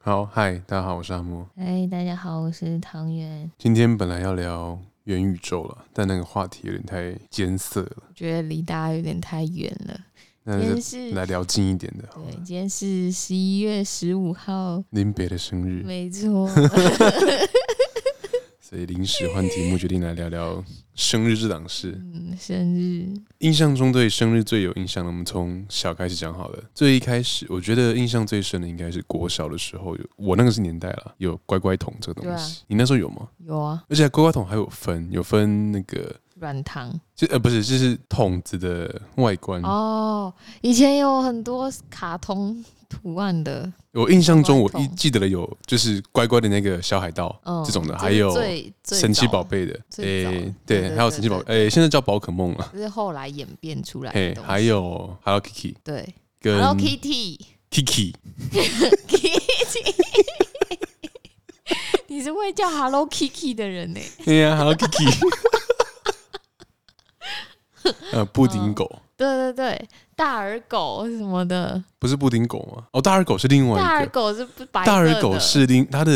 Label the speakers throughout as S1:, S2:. S1: 好，嗨，大家好，我是阿莫。
S2: 嗨，哎大家好，我是唐源。
S1: 今天本来要聊元宇宙了，但那个话题有点太艰涩了，
S2: 我觉得离大家有点太远了。
S1: 那
S2: 今天，
S1: 就是来聊近一点的好
S2: 对，
S1: 了。
S2: 今天是十一月十五号，
S1: 林北的生日，
S2: 没 错。
S1: 所以临时换题目，决定来聊聊生日这档事。
S2: 嗯，生日，
S1: 印象中对生日最有印象的，我们从小开始讲好了。最一开始，我觉得印象最深的应该是国小的时候，有我那个是年代了，有乖乖桶这个东西。你那时候有吗？
S2: 有啊，
S1: 而且乖乖桶还有分，有分那个
S2: 软糖
S1: 就呃不是，就是桶子的外观。
S2: 哦。以前有很多卡通图案的，
S1: 我印象中，我
S2: 乖
S1: 一
S2: 桶
S1: 记得了有就是乖乖的那个小海盗、
S2: 嗯，
S1: 这种的，
S2: 是
S1: 还有
S2: 最最
S1: 神奇
S2: 早
S1: 宝，贝的，
S2: 最早
S1: 诶
S2: 对
S1: 对，
S2: 对
S1: 还有
S2: 对
S1: 神奇宝，
S2: 对
S1: 诶、现在叫宝可梦了，
S2: 这是后来演变出来
S1: 嘿
S2: 的，东西。
S1: 还有 Hello Kitty
S2: 对
S1: 跟
S2: ，Hello Kitty，
S1: Kiki，
S2: 你是会叫 Hello Kitty 的人欸呢、
S1: 哎呀 Hello Kitty，呃，布丁
S2: 嗯
S1: 狗
S2: 对对对，大耳狗什么的，
S1: 不是布丁狗吗？哦，大耳狗是另
S2: 大
S1: 外一
S2: 耳
S1: 个，
S2: 狗是不白色
S1: 大
S2: 的
S1: 耳狗是另它的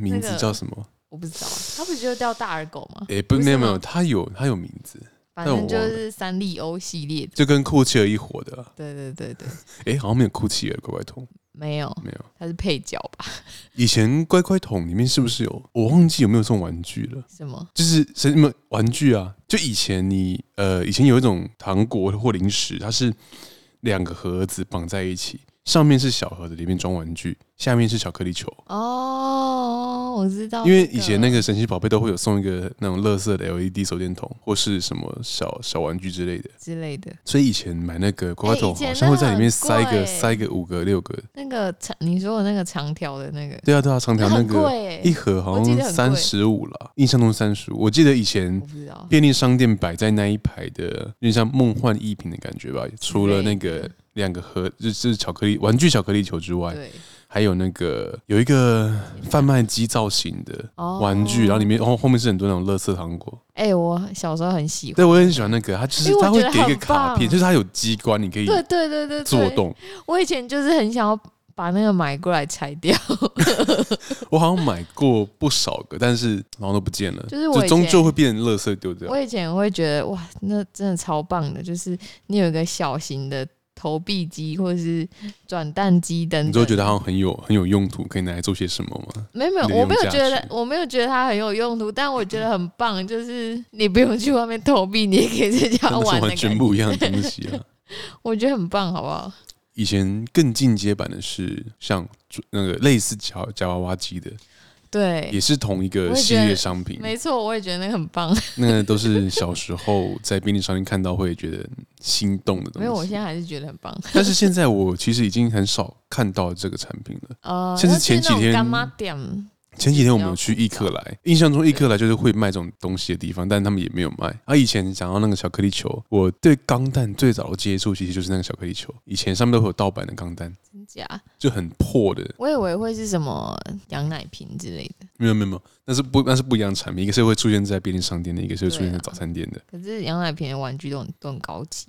S1: 名
S2: 那
S1: 字
S2: 个
S1: 叫什么？
S2: 我不知道，它不就叫大耳狗吗？
S1: 诶、不，
S2: 不是
S1: 没有没
S2: 吗
S1: 有，它有它有名字，
S2: 反正
S1: 但
S2: 就
S1: 我忘
S2: 是三丽鸥系列的。
S1: 就跟酷奇尔一伙的、啊，
S2: 对对对对，
S1: 诶、好像没有酷奇尔乖乖桶，
S2: 没有，
S1: 没有。
S2: 它是配角吧？
S1: 以前乖乖桶里面是不是有？我忘记有没有这种玩具了，
S2: 什么？
S1: 就是什么玩具啊？就以前你呃，以前有一种糖果或零食，它是两个盒子绑在一起，上面是小盒子，里面装玩具，下面是巧克力球。
S2: 哦，我知道、
S1: 因为以前那个神奇宝贝都会有送一个那种乐色的 LED 手电筒或是什么小小玩具之类的，
S2: 之类的，
S1: 所以以前买那个乖乖桶
S2: 哎以前
S1: 好像会在里面塞
S2: 那很
S1: 个
S2: 贵
S1: 塞个五个六个。
S2: 那个长，你说的那个长条的那个，
S1: 对啊对啊，长条那
S2: 很
S1: 个
S2: 贵、欸，
S1: 一盒好
S2: 我记得
S1: 像
S2: 很
S1: 三
S2: 贵
S1: 十五了，印象中三十五。我记得以前
S2: 我不知道。
S1: 便利商店摆在那一排的，有点像梦幻一品的感觉吧。除了那
S2: 之类
S1: 个
S2: 的
S1: 两个盒，就是巧克力玩具巧克力球之外，
S2: 对，
S1: 还有那个有一个贩卖机造型的
S2: 哦
S1: 玩具，然后里面后后面是很多那种乐色糖果。
S2: 哎、我小时候很喜欢。
S1: 对我也很喜欢那个，它就是
S2: 因为
S1: 它
S2: 哎我
S1: 会
S2: 觉得
S1: 给一个
S2: 很
S1: 卡片，
S2: 棒
S1: 就是它有机关，你可以
S2: 对对对对，对
S1: 做。动。
S2: 我以前就是很想要把那个买过来拆掉，
S1: 我好像买过不少个，但是然后都不见了，
S2: 就是我以前
S1: 终究会变成乐色丢掉
S2: 我。以前会觉得哇，那真的超棒的，就是你有一个小型的投币机或者是转蛋机等等，
S1: 你就会觉得它好像很有很有用途，可以拿来做些什么吗？
S2: 没有没有，
S1: 利用
S2: 我没有
S1: 价
S2: 觉得
S1: 值
S2: 我没有觉得它很有用途，但我觉得很棒，就是你不用去外面投币，你也可以在家
S1: 真的
S2: 玩的
S1: 是完
S2: 感
S1: 全
S2: 觉，
S1: 不一样的东西啊！
S2: 我觉得很棒，好不好？
S1: 以前更进阶版的是像那个类似夹夹娃娃机的，
S2: 对
S1: 也，是同一个
S2: 我也
S1: 系
S2: 觉得
S1: 列商品，
S2: 没错，我也觉得那个很棒。
S1: 那都是小时候在便利商店看到会觉得心动的东西。
S2: 没有，我现在还是觉得很棒。
S1: 但是现在我其实已经很少看到这个产品了。
S2: 呃，
S1: 甚至
S2: 要去
S1: 前几
S2: 那种
S1: 天
S2: 干妈店，
S1: 前几天我们有去易客来，印象中易客来就是会卖这种东西的地方，但他们也没有卖。啊，以前讲到那个巧克力球，我对钢弹最早的接触其实就是那个巧克力球，以前上面都会有盗版的钢弹，
S2: 真假？
S1: 就很破的
S2: 我以为会是什么羊奶瓶之类的，
S1: 没有没有没有，那是不那是不一样的产品，一个是会出现在便利商店的，一个是会出现
S2: 对
S1: 在
S2: 啊
S1: 早餐店的。
S2: 可是羊奶瓶的玩具都很都很高级。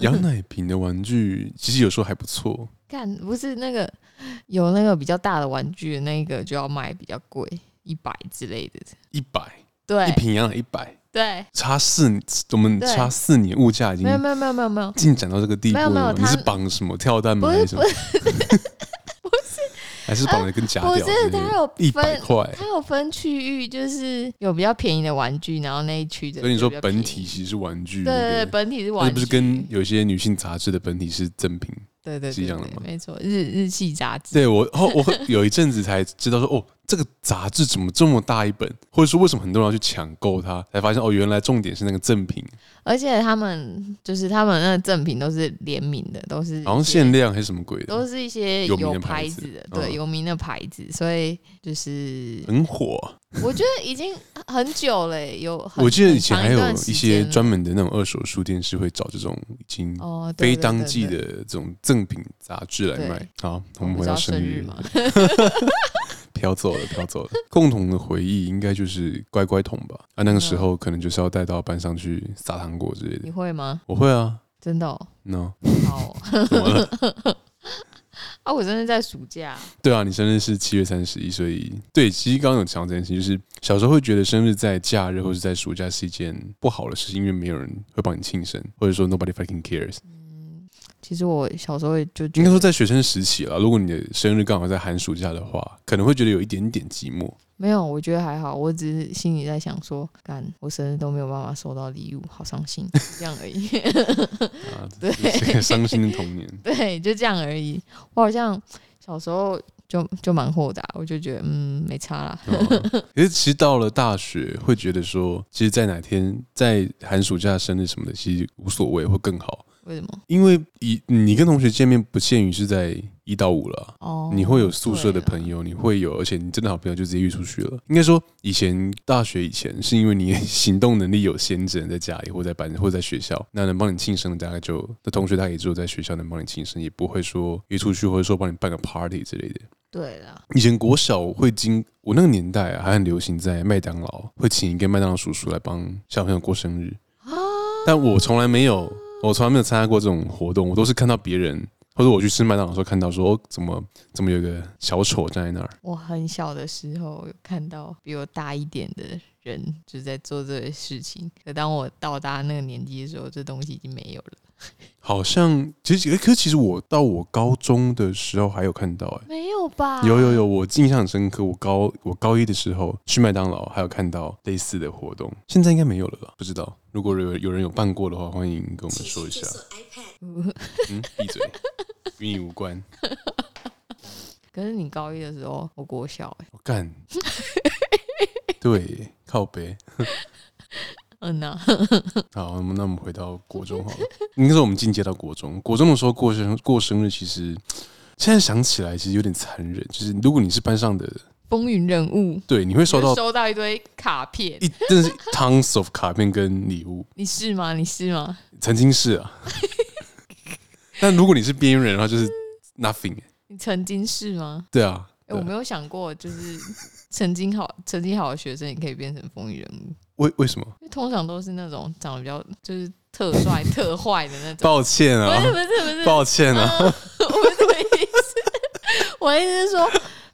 S1: 羊奶瓶的玩具其实有时候还不错，
S2: 干不是那个有那个比较大的玩具，那个就要卖比较贵，一百之类的。
S1: 一百
S2: 对
S1: 一瓶羊奶一百，
S2: 对，
S1: 差四年我们
S2: 对
S1: 差四年物价已经
S2: 没有没有没有没有没有，
S1: 进展到这个地步了
S2: 没有没
S1: 吗。
S2: 有
S1: 你是
S2: 它
S1: 绑什么跳蛋吗？
S2: 不
S1: 还
S2: 是啊
S1: 是什么？不是 还是绑的跟假
S2: 不
S1: 屌
S2: 是
S1: 之类的？
S2: 它有
S1: 一百
S2: 分
S1: 块，
S2: 它有分区域，就是有比较便宜的玩具，然后那一区的
S1: 所以你
S2: 就
S1: 说
S2: 比较便宜。
S1: 本体其实是玩具，
S2: 对对对，
S1: 不
S2: 本体是
S1: 但
S2: 玩具，
S1: 是不是跟有些女性杂志的本体是正品？
S2: 对对
S1: 是一
S2: 对
S1: 样的
S2: 对
S1: 吗
S2: 没错，日日系杂志。
S1: 对我后 我后有一阵子才知道说，哦，这个杂志怎么这么大一本，或者说为什么很多人要去抢购它，才发现哦，原来重点是那个赠品，
S2: 而且他们就是他们那个赠品都是联名的，都嗯是
S1: 好像
S2: 一些
S1: 限量还是什么鬼的，
S2: 都是一些
S1: 有名的
S2: 有
S1: 牌
S2: 牌
S1: 子
S2: 子的，
S1: 嗯
S2: 对，有名的牌子，所以就是
S1: 很火。
S2: 我觉得已经很久了耶，有很
S1: 我记得以前还有
S2: 很长一
S1: 一
S2: 段时
S1: 些
S2: 间了
S1: 专门的那种二手书店是会找这种已经
S2: 哦对
S1: 非
S2: 对
S1: 当
S2: 对
S1: 季
S2: 对
S1: 的这种赠品杂志来卖
S2: 对。
S1: 好，
S2: 我
S1: 我们
S2: 们
S1: 回
S2: 知
S1: 到
S2: 道
S1: 生
S2: 生
S1: 日
S2: 日嘛，
S1: 飘飘走了，飘走了。共同的回忆应该就是乖乖桶吧？啊，那个
S2: 嗯
S1: 时候可能就是要带到班上去撒糖果之类的
S2: 你。会吗？
S1: 我会啊
S2: 真的、哦？
S1: ，no，
S2: 好 哦
S1: 怎么了？
S2: 啊！我真的在暑假，
S1: 对啊，你生日是七月三十一，所以对，其实刚刚有讲到这件事情，就是小时候会觉得生日在假日或是在暑假是一件不好的事情，因为没有人会帮你庆生，或者说 nobody fucking cares。
S2: 嗯，其实我小时候也就觉
S1: 应该
S2: 得
S1: 说在学生时期啦，如果你的生日刚好在寒暑假的话，可能会觉得有一点点寂寞。
S2: 没有，我觉得还好，我只是心里在想说，干我生日都没有办法收到礼物，好伤心，这样而 已。
S1: 啊，
S2: 对
S1: 这个伤心的童年。
S2: 对，就这样而已。我好像小时候就就蛮豁达，我就觉得嗯没差啦。
S1: 哦可是其实到了大学，会觉得说，其实，在哪天在寒暑假、生日什么的，其实无所谓，会更好。
S2: 为什么？
S1: 因为一你跟同学见面不限于是在一到五了啊、
S2: 哦，
S1: 你会有宿舍
S2: 对
S1: 的
S2: 啦
S1: 朋友，你会有，而且你真的好朋友就直接约出去了。应该说，以前大学以前是因为你行动能力有限，只能在家里或在班或在学校，那能帮你庆生的大概就那同学大概也只有在学校能帮你庆生，也不会说约出去或者说帮你办个 party 之类的。
S2: 对啦，
S1: 以前国小会经我那个年代啊，还很流行在麦当劳会请一个麦当劳叔叔来帮小朋友过生日，
S2: 啊，
S1: 但我从来没有，我从来没有参加过这种活动，我都是看到别人。或者我去吃麦当劳的时候看到说，哦怎么怎么有个小丑站在那儿，
S2: 我很小的时候有看到比我大一点的人就是在做这个事情，可当我到达那个年纪的时候，这东西已经没有了。
S1: 好像其实，诶可是其实我到我高中的时候还有看到、欸，
S2: 没有吧
S1: 有有有，我印象很深刻。我高我高一的时候去麦当劳，还有看到类似的活动，现在应该没有了吧？不知道，如果有有人有办过的话，欢迎跟我们说一下。嗯，闭嘴，与你无关。
S2: 可是你高一的时候，我国小、欸，
S1: 我干，对，靠背。
S2: 嗯呐、
S1: 好，我们那我们回到国中好了。应该说我们进阶到国中，国中的时候过生过生日，其实现在想起来其实有点残忍。就是如果你是班上的，
S2: 风云人物，
S1: 对，你会收到
S2: 收到一堆卡片，
S1: 一真的是 tons of 卡片跟礼物，
S2: 你是吗？你是吗？
S1: 曾经是啊。但如果你是边缘人的话，就是 nothing。
S2: 你曾经是吗？
S1: 对啊，
S2: 哎、
S1: 对
S2: 我没有想过，就是曾经好、 成绩好的学生也可以变成风云人物，
S1: 为为什么？
S2: 因为通常都是那种长得比较就是特帅、 特坏的那种。
S1: 抱歉
S2: 不是 嗯
S1: 啊
S2: 不，是不是，
S1: 抱歉啊。
S2: 我不是这个意思，我的意思是说，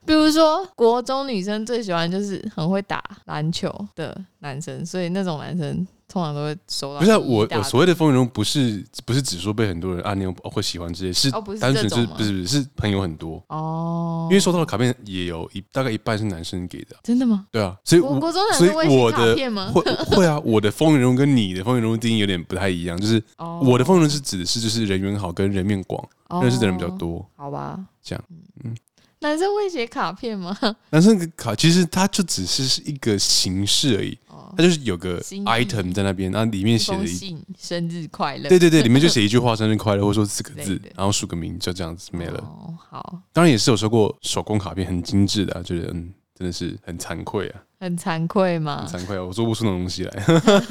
S2: 比如说国中女生最喜欢就是很会打篮球的男生，所以那种男生通常都会收到
S1: 不是啊、
S2: 第一
S1: 我
S2: 大
S1: 我所谓的风云人物，不是不是只说被很多人暗恋或喜欢这些，是
S2: 哦不是
S1: 单纯
S2: 这
S1: 是
S2: 种吗
S1: 不是不是是朋友很多，
S2: 哦，
S1: 因为收到的卡片也有一大概一半是男生给的啊，
S2: 真的吗？
S1: 对啊，所以
S2: 国
S1: 我
S2: 国中男
S1: 所以
S2: 生会
S1: 我
S2: 写卡
S1: 的
S2: 片吗？
S1: 会会啊，我的风云人物跟你的风云人物定义有点不太一样，就是
S2: 哦
S1: 我的风云人物是指的是就是人缘好跟人面广，
S2: 哦
S1: 认识的人比较多，
S2: 好吧，
S1: 这样，嗯
S2: 嗯，男生会写卡片 吗？
S1: 男生的卡其实它就只是是一个形式而已，
S2: 哦
S1: 它，就是有个
S2: 心意
S1: item 在那边，那里面
S2: 一
S1: 写
S2: 封
S1: 了一
S2: 信，生日快乐，
S1: 对对对，里面就写一句话“生日 快乐”或者说四个
S2: 之类
S1: 字
S2: 的，
S1: 然后署个名，就这样子没了。
S2: 哦，好，
S1: 当然也是有收过手工卡片，很精致的、啊，觉得嗯，真的是很惭愧啊，
S2: 很惭愧
S1: 很
S2: 嘛。
S1: 惭愧啊，我做不出那种东西来。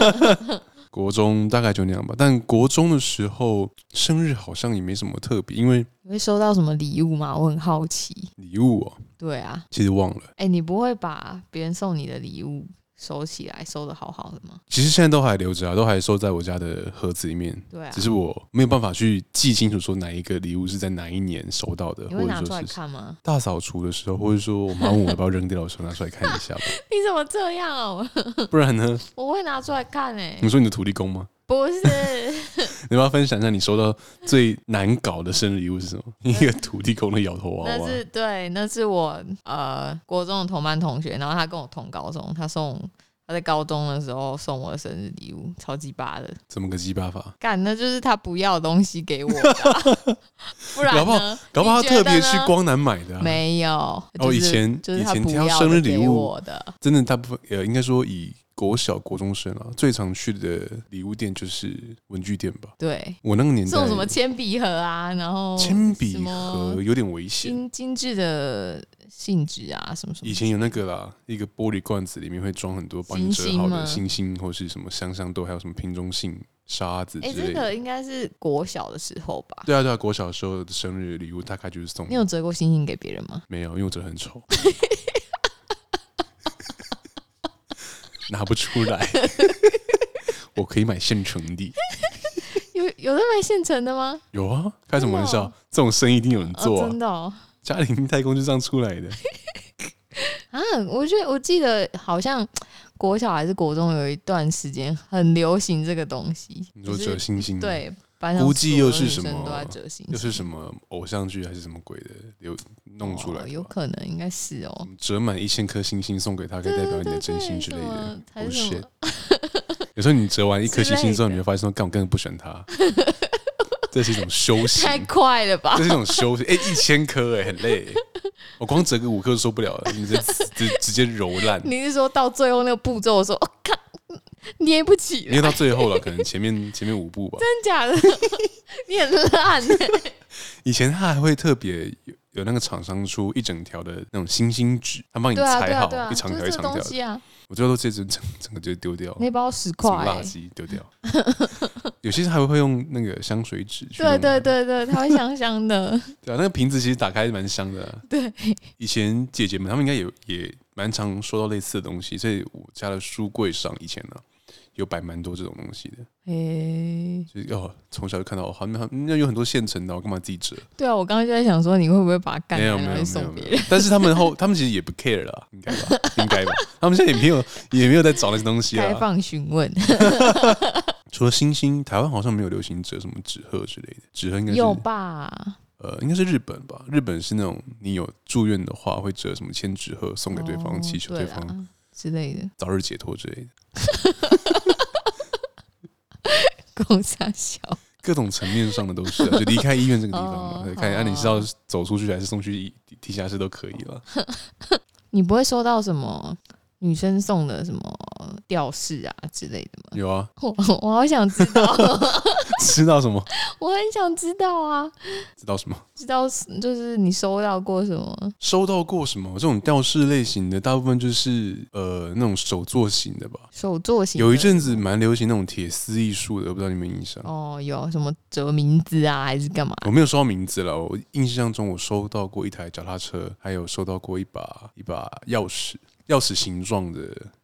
S1: 国中大概就那样吧，但国中的时候生日好像也没什么特别，因为
S2: 你会收到什么礼物吗？我很好奇。
S1: 礼物哦、
S2: 对啊，
S1: 其实忘了，
S2: 哎、你不会把别人送你的礼物收起来，收的好好的吗？
S1: 其实现在都还留着啊，都还收在我家的盒子里面。
S2: 对啊
S1: 只，是我没有办法去记清楚，说哪一个礼物是在哪一年收到的，
S2: 你
S1: 或
S2: 会
S1: 者
S2: 拿出来
S1: 说是
S2: 看嗯 吗？
S1: 大扫除的时候，或者说我妈问我要不要扔掉的时候，拿出来看一下吧。
S2: 你怎么这样啊？我
S1: 不然呢？
S2: 我会拿出来看哎、
S1: 你说你的土地公吗？
S2: 不 是，
S1: 你要不要分享一下你收到最难搞的生日礼物是什么？ 一个土地公的摇头娃啊
S2: 那
S1: 娃。
S2: 是对，那是我呃国中的同班同学，然后他跟我同高中，他送他在高中的时候送我的生日礼物，超级巴的，
S1: 怎么个鸡巴法？
S2: 干那就是他不要的东西给我的啊、 不然
S1: 搞不
S2: 呢
S1: 好？搞不好他特别
S2: 你觉
S1: 去
S2: 得呢
S1: 光南买的、啊。
S2: 没有，就是、
S1: 以前
S2: 就是他
S1: 以前
S2: 不
S1: 挑
S2: 要
S1: 生日
S2: 的
S1: 礼
S2: 给
S1: 物
S2: 我的，
S1: 真的大部分呃，应该说以国小国中生啊，最常去的礼物店就是文具店吧。
S2: 对，
S1: 我那个年代
S2: 送什么铅笔盒啊，然后
S1: 铅笔
S2: 什么
S1: 盒有点危险。
S2: 精精致的信纸啊，什么什么
S1: 以前有那个啦，一个玻璃罐子里面会装很多帮你折好的星星，或是什么香香豆，还有什么瓶中信、沙子
S2: 哎、
S1: 之类
S2: 这
S1: 的
S2: 个。应该是国小的时候吧？
S1: 对啊，对啊，国小时候的生日礼物大概就是送
S2: 你有折过星星给别人吗？
S1: 没有，因为我真的很丑。拿不出来。我可以买现成的，
S2: 有有在卖现成的吗？
S1: 有啊，开什么玩
S2: 真的
S1: 笑
S2: 哦？
S1: 这种生意一定有人
S2: 哦
S1: 做啊
S2: 真！的哦
S1: 嘉玲代工就这样出来的，
S2: 啊！我觉得我记得好像国小还是国中有一段时间很流行这个东西，
S1: 你说
S2: 就
S1: 折
S2: 是
S1: 星星，，
S2: 对，班上
S1: 估计
S2: 所有
S1: 又是
S2: 女
S1: 什
S2: 生
S1: 么
S2: 都在折星星，
S1: 又是什么偶像剧还是什么鬼的，有弄出来
S2: 哦
S1: 的
S2: 有
S1: 吧，
S2: 可能应该是哦
S1: 什。么折满一千颗星星送给他，可以代表你的真心之类的。
S2: 还是什
S1: Bullshit
S2: 么？
S1: 有时候你折完一颗星星之
S2: 之
S1: 后，
S2: 类的
S1: 你会发现说，干，我根本不喜欢他，这是一种修行，
S2: 太快了吧
S1: 这！是一种修行。哎、一千颗哎、很累、我光折个五颗都受不了了，你这直直直接揉烂。
S2: 你是说到最后那个步骤，我说哦，看捏不起
S1: 因
S2: 了，
S1: 为到最后了，可能前面前面五步吧。
S2: 真假的？ 你很烂欸
S1: 以前他还会特别有有那个厂商出一整条的那种星星纸，他帮你
S2: 对啊，对
S1: 裁
S2: 啊，
S1: 好、
S2: 对啊，
S1: 一长
S2: 就
S1: 条
S2: 是
S1: 一
S2: 这
S1: 长
S2: 东
S1: 条的，
S2: 西啊，
S1: 我最后都直接整整整个就丢掉，
S2: 那包十
S1: 什
S2: 块
S1: 么
S2: 欸。
S1: 垃圾丢掉。有些还会用那个香水纸去弄
S2: 对
S1: 它，
S2: 欸对对对，它会香香 的。
S1: 对啊，那个瓶子其实打开蛮香的、啊。
S2: 对，
S1: 以前姐姐们她们应该也也蛮常收到类似的东西，所以我家的书柜上以前呢、有摆蛮多这种东西的，
S2: 诶，
S1: 就是哦，从小就看到哦，好那那有很多现成的，哦我干嘛自己折？
S2: 对啊，我刚刚就在想说，你会不会把它干
S1: 没
S2: 掉
S1: 有
S2: 然
S1: 没有
S2: 后
S1: 没
S2: 去
S1: 有
S2: 送
S1: 没
S2: 别
S1: 有
S2: 人？
S1: 但是他们后，他们其实也不 care 了啦，应该吧，应该吧，他们现在也没有也没有在找那些东西
S2: 开
S1: 了。
S2: 放询问
S1: 除了星星，台湾好像没有流行折什么纸鹤之类的，纸鹤应该是
S2: 有吧？
S1: 呃，应该是日本吧，日本是那种你有住院的话会折什么千纸鹤送给对方，
S2: 哦
S1: 祈求对方
S2: 啦之类的，
S1: 早日解脱之类的，
S2: 共傻笑。
S1: 各种层面上的都是啊、 就离开医院这个地方
S2: 哦
S1: 嘛，对看
S2: 好
S1: 啊
S2: 啊
S1: 你是要走出去还是送去地地下室都可以了。
S2: 哦你不会收到什么女生送的什么吊饰啊之类的吗？
S1: 有啊，
S2: 我我好想知道，
S1: 知道什么？
S2: 我很想知道啊，
S1: 知道什么？
S2: 知道是就是你收到过什么？
S1: 收到过什么？这种吊饰类型的，大部分就是呃那种手作型的吧。
S2: 手作型的
S1: 有一阵子蛮流行那种铁丝艺术的，我不知道你们有没有印象。
S2: 哦，有什么折名字啊，还是干嘛？
S1: 我没有收到名字了，我印象中我收到过一台脚踏车，还有收到过一把一把钥匙，钥匙形状的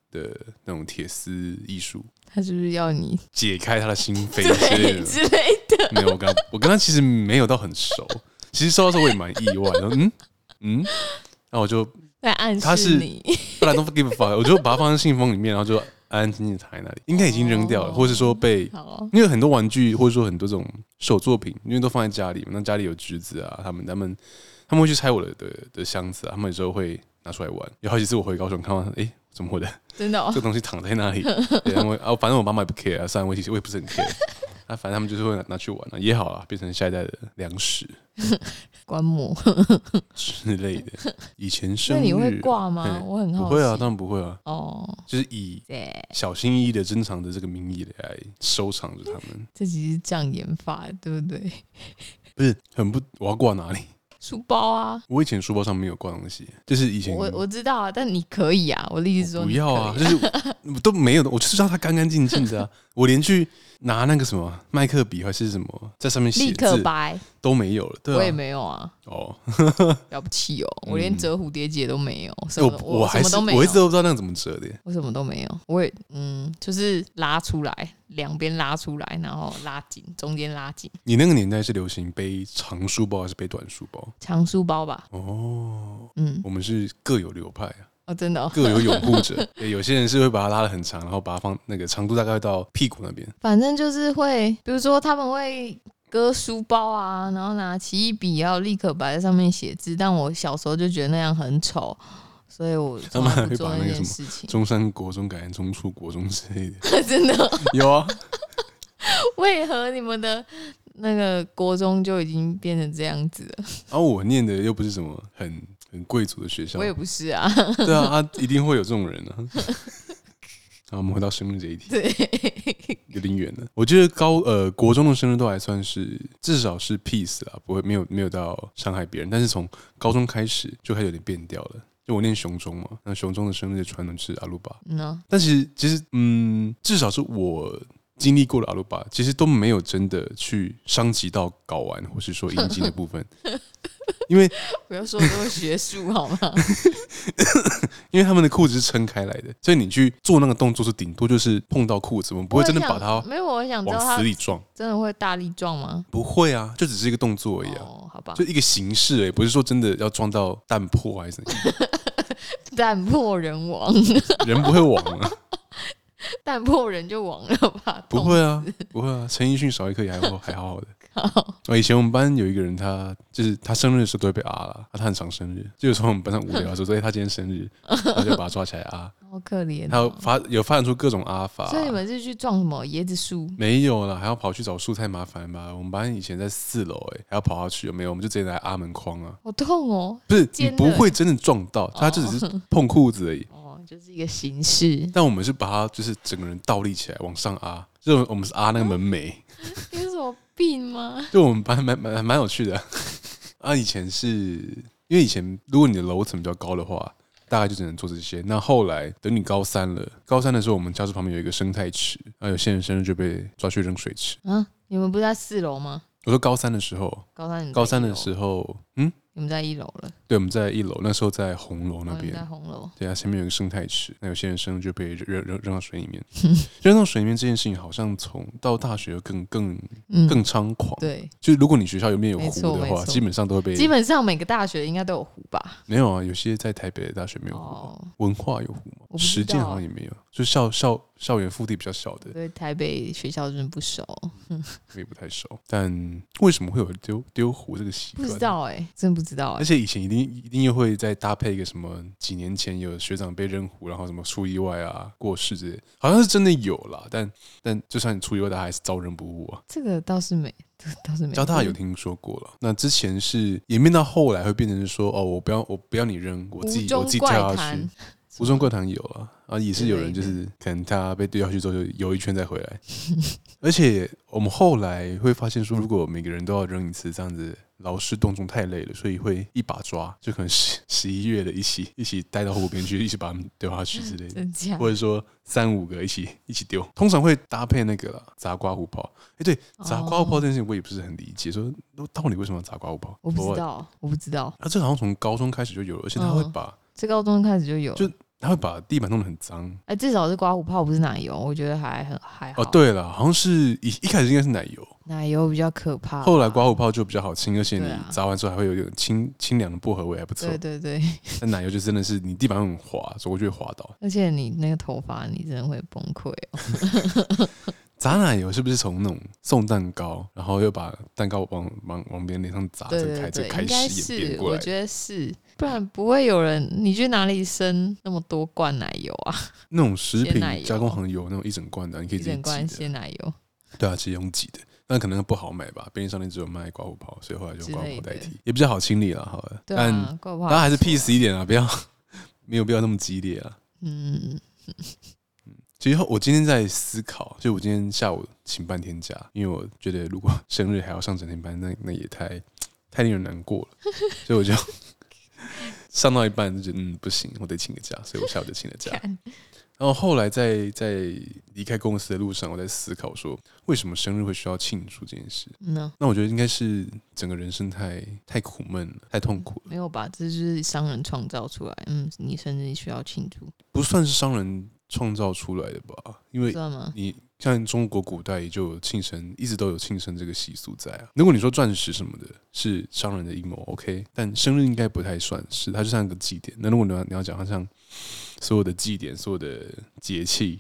S1: 的那种铁丝艺术，
S2: 他是不是要你
S1: 解开他的心扉之
S2: 对
S1: 类 的。
S2: 之类的？
S1: 没有，我跟他我跟他其实没有到很熟，其实收到的时候我也蛮意外的，嗯嗯，然后我就
S2: 在暗
S1: 他
S2: 示
S1: 是
S2: 你，
S1: 不然 don't give a fuck，我就把它放在信封里面，然后就啊安安静静地躺在那里，应该已经扔掉了，
S2: 哦
S1: 或者说被。
S2: 好哦
S1: 因为很多玩具或者说很多这种手作品，因为都放在家里嘛，那家里有侄子啊，他们他们他们会去拆我的的的箱子啊，他们有时候会拿出来玩。有好几次我回高雄看到，诶，怎么我的
S2: 真 的哦
S1: 这个东西躺在 那里？对，他们啊，反正我妈妈也不 care 啊，虽然我其实我也不是很 care，啊，反正他们就是会拿拿去玩啊，也好啊，变成下一代的粮食
S2: 观摩。
S1: 之类的。 以前生
S2: 那
S1: 日
S2: 你会挂吗？
S1: 嗯
S2: 我很好奇。
S1: 不会啊，当然不会啊，
S2: 哦，
S1: 就是以
S2: 对，
S1: 小心翼翼的珍藏着这个名义来收藏着他们，
S2: 这集是障眼法，对不对？
S1: 不是很不，我要挂哪里？
S2: 书包啊，
S1: 我以前书包上没有挂东西，就是以前
S2: 我我知道啊，但你可以啊，我的意思是
S1: 我
S2: 说
S1: 不
S2: 你可以
S1: 要啊，就是我都没有的，我就是让它干干净净 的啊。我连去拿那个什么麦克笔还是什么，在上面写
S2: 立刻
S1: 字
S2: 掰，
S1: 都没有了，对啊，
S2: 我也没有啊，
S1: 哦，
S2: 了不起哦，
S1: 嗯
S2: 我连折蝴蝶结都没有，什么
S1: 我
S2: 都
S1: 我还
S2: 什么
S1: 是
S2: 都没有，
S1: 我一直都不知道那个怎么折的耶，
S2: 我什么都没有，我也嗯，就是拉出来，两边拉出来，然后拉紧，中间拉紧，
S1: 你那个年代是流行背长书包还是背短书包？
S2: 长书包吧，
S1: 哦，
S2: 嗯，
S1: 我们是各有流派啊，
S2: 哦，真的、哦，
S1: 各有拥 护者。对有些人是会把它拉得很长，然后把它放那个长度大概到屁股那边。
S2: 反正就是会，比如说他们会割书包啊，然后拿奇异笔，然后立刻摆在上面写字。但我小时候就觉得那样很丑，所以我从来不做那件事情。
S1: 中山国中改成中初国中之类的，
S2: 真的，
S1: 有啊，
S2: 为何你们的那个国中就已经变成这样子了？
S1: 然后我念的又不是什么很很贵族的学校
S2: 我，也不是啊，
S1: 对啊，啊，一定会有这种人啊。啊，我们回到生日这一题，
S2: 对，
S1: 有点远了。我觉得高呃国中的生日都还算是至少是 peace 啦，不会没有没有到伤害别人。但是从高中开始就开始有点变调了。就我念雄中嘛，那雄中的生日的传统是阿鲁巴，
S2: 嗯啊、
S1: 但其实其实嗯，至少是我经历过的阿鲁巴，其实都没有真的去伤及到睾丸或是说阴茎的部分。因为
S2: 不要说这么学术好吗？
S1: 因为他们的裤子是撑开来的，所以你去做那个动作是顶多就是碰到裤子，我们不会真的把它
S2: 没有。我啊想知道
S1: 往
S2: 他
S1: 死里撞，
S2: 真的会大力撞吗？
S1: 不会啊，就只是一个动作而已啊，
S2: 哦，好吧
S1: 就，一个形式而已，不是说真的要撞到蛋破还是怎样，
S2: 蛋破人亡，
S1: 人不会亡啊，
S2: 蛋破人就亡了吧？
S1: 不会啊，不会啊，陈奕迅少一颗牙 还好还好好的。
S2: 好，
S1: 哦，以前我们班有一个人他，就是他生日的时候都会被啊啦，啊他很常生日，就有时候我们班上无聊的时候，哎所以他今天 生日，然后就把他抓起来啊，
S2: 好可怜
S1: 他有
S2: 哦。
S1: 发有发展出各种啊法。
S2: 所以你们是去撞什么椰子树？
S1: 没有啦，还要跑去找树，太麻烦吧？我们班以前在四楼，哎，还要跑下去，有没有？我们就直接来阿门框啊，
S2: 好痛哦！
S1: 不是你
S2: 尖的
S1: 不会真的撞到，他就只 是碰裤子而已。
S2: 哦，就是一个形式。
S1: 但我们是把他就是整个人倒立起来往上啊，就是我们是啊那个门楣，
S2: 你有什么病吗？
S1: 就我们班蛮蛮蛮有趣的 啊。以前是因为以前如果你的楼层比较高的话，大概就只能做这些。那后来等你高三了，高三的时候我们教室旁边有一个生态池，啊，有些人生日就被抓去扔水池。
S2: 啊，你们不是在四楼吗？
S1: 我说高三的时候，
S2: 高三你们在
S1: 高三
S2: 一
S1: 的
S2: 楼
S1: 时候，嗯，
S2: 你们在一楼了，
S1: 对，我们在一楼，那时候在红楼那
S2: 哦你们
S1: 边。
S2: 在红楼。
S1: 对啊，前面有一个生态池，那有些人生日就被扔扔扔到水里面。扔到水里面这件事情，好像从到大学更更
S2: 嗯，
S1: 更猖狂。
S2: 对，
S1: 就是如果你学校里面有
S2: 没
S1: 湖
S2: 错
S1: 的
S2: 没错
S1: 话，基本上都会被
S2: 基本上每个大学应该都有湖吧？
S1: 没有啊，有些在台北的大学没有湖，
S2: 哦，
S1: 文化有湖吗？
S2: 我不知
S1: 实践
S2: 道
S1: 好像也没有，就校校校园腹地比较小的，
S2: 对台北学校真的不熟，
S1: 我也不太熟。但为什么会有丢丢湖这个习
S2: 不
S1: 惯？
S2: 知。道哎、真不知道哎、
S1: 而且以前一定一定又会再搭配一个什么，几年前有学长被扔湖，然后什么出意外啊、过世之类，好像是真的有啦。但但就算你出意外，他还是遭人不误啊。
S2: 这个倒是没，这个倒是没。
S1: 交大有听说过了，那之前是演变到后来会变成是说，哦，我不要我不要你扔，我
S2: 湖
S1: 自己我
S2: 中
S1: 自己
S2: 怪
S1: 跳下去
S2: 谈。，
S1: 湖中怪谈有啊，啊也是有人就
S2: 之
S1: 是可能他被丢下去之后就游一圈再回来， 而且我们后来会发现说，如果每个人都要扔一次，这样子劳师动众太累了，所以会一把抓，就可能十 十一月的一起一起带到湖边去，一起把他们丢下去之类的。
S2: 真假？
S1: 或者说三五个一起一起丢，通常会搭配那个啦砸瓜胡炮。哎、对，砸瓜胡炮
S2: 哦
S1: 这件事情我也不是很理解，说到底为什么要砸瓜胡炮？
S2: 我不知。道，我不知道，
S1: 啊，这个好像从高中开始就有了，而且他会
S2: 嗯
S1: 把、
S2: 这高中开始就有了，
S1: 就他会把地板弄得很脏，
S2: 哎、至少是刮胡泡，不是奶油，我觉得还很还好。
S1: 哦，，对了，好像是一一开始应该是奶油，
S2: 奶油比较可怕。
S1: 后来刮胡泡就比较好清，而且
S2: 啊对
S1: 你
S2: 啊
S1: 炸完之后还会有一点清清凉的薄荷味，还不错
S2: 对。对对，
S1: 但奶油就真的是你地板很滑，走过去会滑倒。
S2: 而且你那个头发，你真的会崩溃哦。
S1: 炸奶油是不是从那种送蛋糕，然后又把蛋糕往往往别人脸上砸，
S2: 对
S1: 这个
S2: 对
S1: 啊开这
S2: 对
S1: 个，开
S2: 应该
S1: 始演
S2: 是
S1: 变，过
S2: 我
S1: 来的？
S2: 觉得是，不然不会有人。你去哪里生那么多罐奶油啊？
S1: 那种食
S2: 鲜奶
S1: 品
S2: 油
S1: 加工行有那种一整罐的，你可 以
S2: 一
S1: 自己
S2: 整罐
S1: 挤的。
S2: 鲜奶油
S1: 对啊，直接用挤的。但可能不好买吧，便利商店只有卖刮胡泡，所以后来就用
S2: 之
S1: 刮胡
S2: 类
S1: 泡代
S2: 的
S1: 替，也比较好清理了。好了，
S2: 对
S1: 但
S2: 啊，怪不
S1: 大家还是
S2: 屁
S1: peace 一点啊，不要 没有必要那么激烈啊。
S2: 嗯，
S1: 其实我今天在思考，就我今天下午请半天假，因为我觉得如果 生日还要上整天班，那那也太太令人难过了，所以我就 上到一半就觉得嗯不行，我得请个假，所以我下午就 请了假。
S2: 看
S1: 然后后来在在离开公司的路上，我在思考说，为什么生日会需要庆祝这件事？
S2: 呢
S1: 那我觉得应该是整个人生太太苦闷了，太痛苦了，
S2: 没有吧？这就是商人创造出来。嗯，你生日需要庆祝，
S1: 不算是商人创造出来的吧？因为
S2: 知道吗？
S1: 你像中国古代也就有庆生，一直都有庆生这个习俗在啊。如果你说钻石什么的是商人的阴谋，OK，但生日应该不太算是，它就像一个祭典。那如果你要你要讲，它像所有的祭典、所有的节气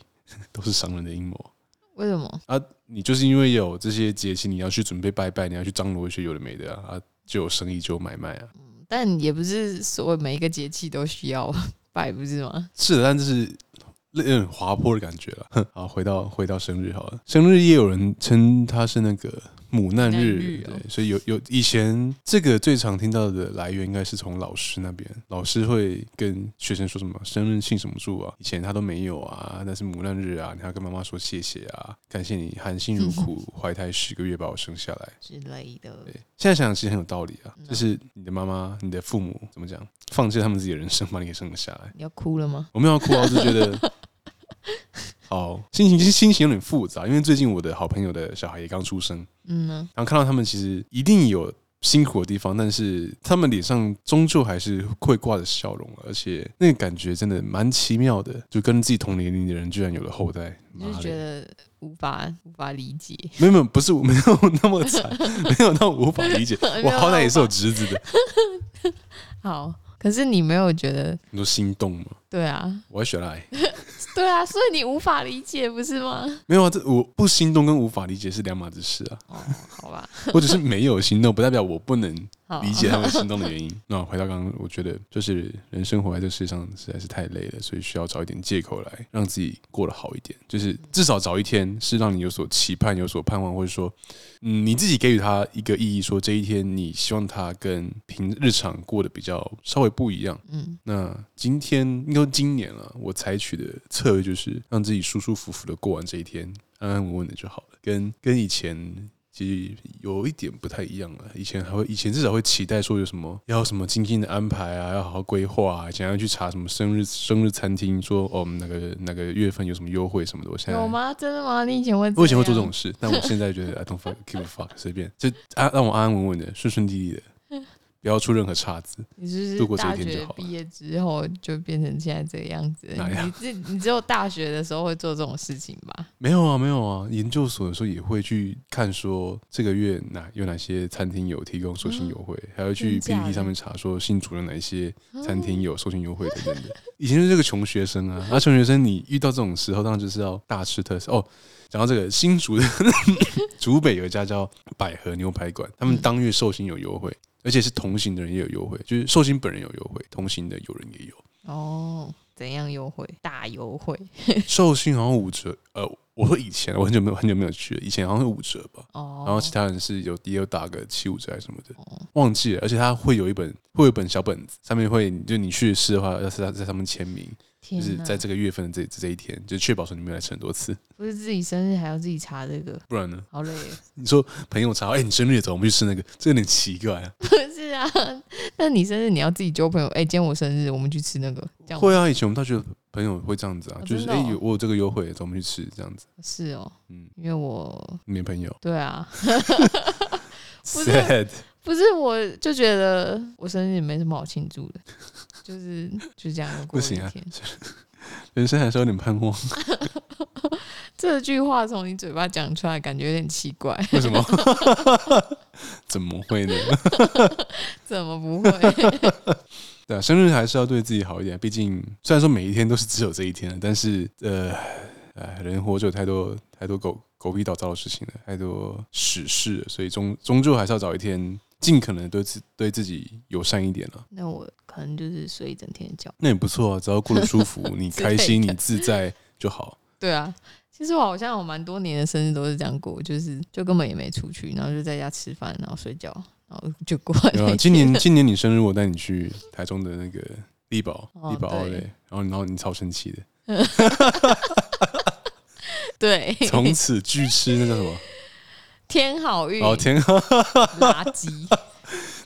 S1: 都是商人的阴谋
S2: 为什么？
S1: 啊！你就是因为有这些节气，你要去准备拜拜，你要去张罗一些有的没的啊，啊就有生意，就有买卖啊。
S2: 但也不是所有每一个节气都需要 拜，不是吗？
S1: 是的，但就是有点滑坡的感觉了。哼 好，回到回到生日好了，生日也有人称它是那个母难
S2: 母难
S1: 日，
S2: 日哦
S1: 对，所以有有以前这个最常听到的来源应该是从老师那边，老师会跟学生说什么生日庆什么祝啊，以前他都没有啊，那是母难日啊，你还要跟妈妈说谢谢啊，感谢你含辛茹 苦怀胎十个月把我生下来。
S2: 之类的
S1: 对，现在想想其实很有道理啊，
S2: 嗯啊
S1: 就是你的妈妈、你的父母怎么讲，放弃他们自己的人生把你给生下来，
S2: 你要哭了吗？
S1: 我没有要哭啊，我只是 觉得好心情，其实心情有点复杂，因为最近我的好朋友的小孩也刚出生，
S2: 嗯呢，
S1: 然后看到他们其实一定有辛苦的地方，但是他们脸上终究还是会挂着笑容，而且那个感觉真的蛮奇妙的，就跟自己同年龄的人居然有了后代，
S2: 就
S1: 妈
S2: 是
S1: 的
S2: 觉得无法无法理解。
S1: 没有没有，不是我没有那么惨， 没有到无法理解
S2: 没有，
S1: 我
S2: 到
S1: 好歹也是有
S2: 无
S1: 侄子的，
S2: 好，可是你没有觉得，
S1: 你说心动吗？
S2: 对啊，
S1: 我要学来，
S2: 对啊，所以你无法理解，不是吗？
S1: 没有啊，这我不心动跟无法理解是两码子事啊，
S2: 哦，好吧，
S1: 或者是没有心动，不代表我不能
S2: 好，
S1: 理解他们心动的原因。那回到刚刚，我觉得就是人生活在这世上实在是太累了，所以需要找一点借口来让自己过得好一点。就是至少找一天是让你有所期盼、有所盼望，或者说，嗯，你自己给予它一个意义，说这一天你希望它跟平日常过得比较稍微不一样。
S2: 嗯，
S1: 那今天应该说今年了，我采取的策略就是让自己舒舒服服的过完这一天，嗯安安稳稳的就好了。跟跟以前其实有一点不太一样了，以前还会以前至少会期待说有什么要有什么精心的安排啊，要好好规划啊，想要去查什么生日生日餐厅，说哦哪个哪个月份有什么优惠什么的。我现在
S2: 有吗？真的吗？你以前会样，
S1: 我以前会做这种事，但我现在觉得啊 I don't fuck give a fuck，随便就安、让我安安稳稳的、顺顺利利的，不要出任何岔子。
S2: 你是
S1: 度
S2: 不
S1: 过
S2: 是
S1: 这一
S2: 大
S1: 天就
S2: 学
S1: 好了
S2: 毕业之后就变成现在这个样子？
S1: 哪样
S2: 你只你只有大学的时候会做这种事情吧？
S1: 没有啊，没有啊。研究所的时候也会去看，说这个月哪有哪些餐厅有提供售罄优惠，还要去
S2: 真假的
S1: PPT 上面查说新竹的哪一些餐厅有售罄优惠等等的。以前就是个穷学生啊，那穷学生你遇到这种时候，当然就是要大吃特吃哦。讲到这个，新竹的嗯竹北有一家叫百合牛排馆，他们当月寿星有优惠，而且是同行的人也有优惠，就是寿星本人有优惠，同行的有人也有。
S2: 哦，怎样优惠？大优惠
S1: 寿星好像五折，呃，我说以前我很久没有很久没有去了，以前好像是五折吧。
S2: 哦。
S1: 然后其他人是有也有打个七五折还是什么的，
S2: 哦
S1: 忘记了。而且他会有一本会有一本小本子，上面会就你去试的话，要是在在上面签名，就
S2: 天
S1: 是在
S2: 哪
S1: 这个月份的这这一天，就确保说你没有来吃很多次，
S2: 不是自己生日还要自己查这个，
S1: 不然呢？
S2: 好累哦。
S1: 你说朋友查，哎、你生日也走，我们去吃那个，这有点奇怪啊。
S2: 不是啊， 那你生日你要自己揪朋友，哎、今天我生日，我们去吃那个，这样吗
S1: 会啊，以前我们大学朋友会这样子啊，
S2: 哦
S1: 就是
S2: 真的
S1: 哎、
S2: 哦
S1: 有我有这个优惠，走，我们去吃这样子。
S2: 是哦，
S1: 嗯，
S2: 因为我
S1: 没朋友
S2: 对啊，是
S1: ，sad。
S2: 不是我就觉得我生日没什么好庆祝的，就是就这样过
S1: 不
S2: 了一
S1: 行
S2: 天。
S1: 啊人生还是有点盼望，
S2: 这句话从你嘴巴讲出来，感觉有点奇怪，
S1: 为什么？ 怎么会呢？
S2: 怎么不会？
S1: 对啊，生日还是要对自己好一点。毕竟虽然说每一天都是只有这一天，但是呃，哎，人活着有太多太多狗狗屁倒灶的事情了，太多史事了，所以终终究还是要找一天，尽可能对自对自己友善一点了、
S2: 那我可能就是睡一整天的觉。
S1: 那也不错啊，只要过得舒服，你
S2: 之类
S1: 开
S2: 的
S1: 心，你自在就好。
S2: 对啊，其实我好像有蛮多年的生日都是这样过，就是就根本也没出去，然后就在家吃饭，然后睡觉，然后就过了一
S1: 对啊，
S2: 天。
S1: 今年今年你生日，我带你去台中的那个力宝
S2: 哦
S1: 力宝奥
S2: 对
S1: 莱，然后然后你超生气的，
S2: 对
S1: 从此拒吃那叫什么？
S2: 天好运，
S1: 哦天啊！
S2: 垃圾。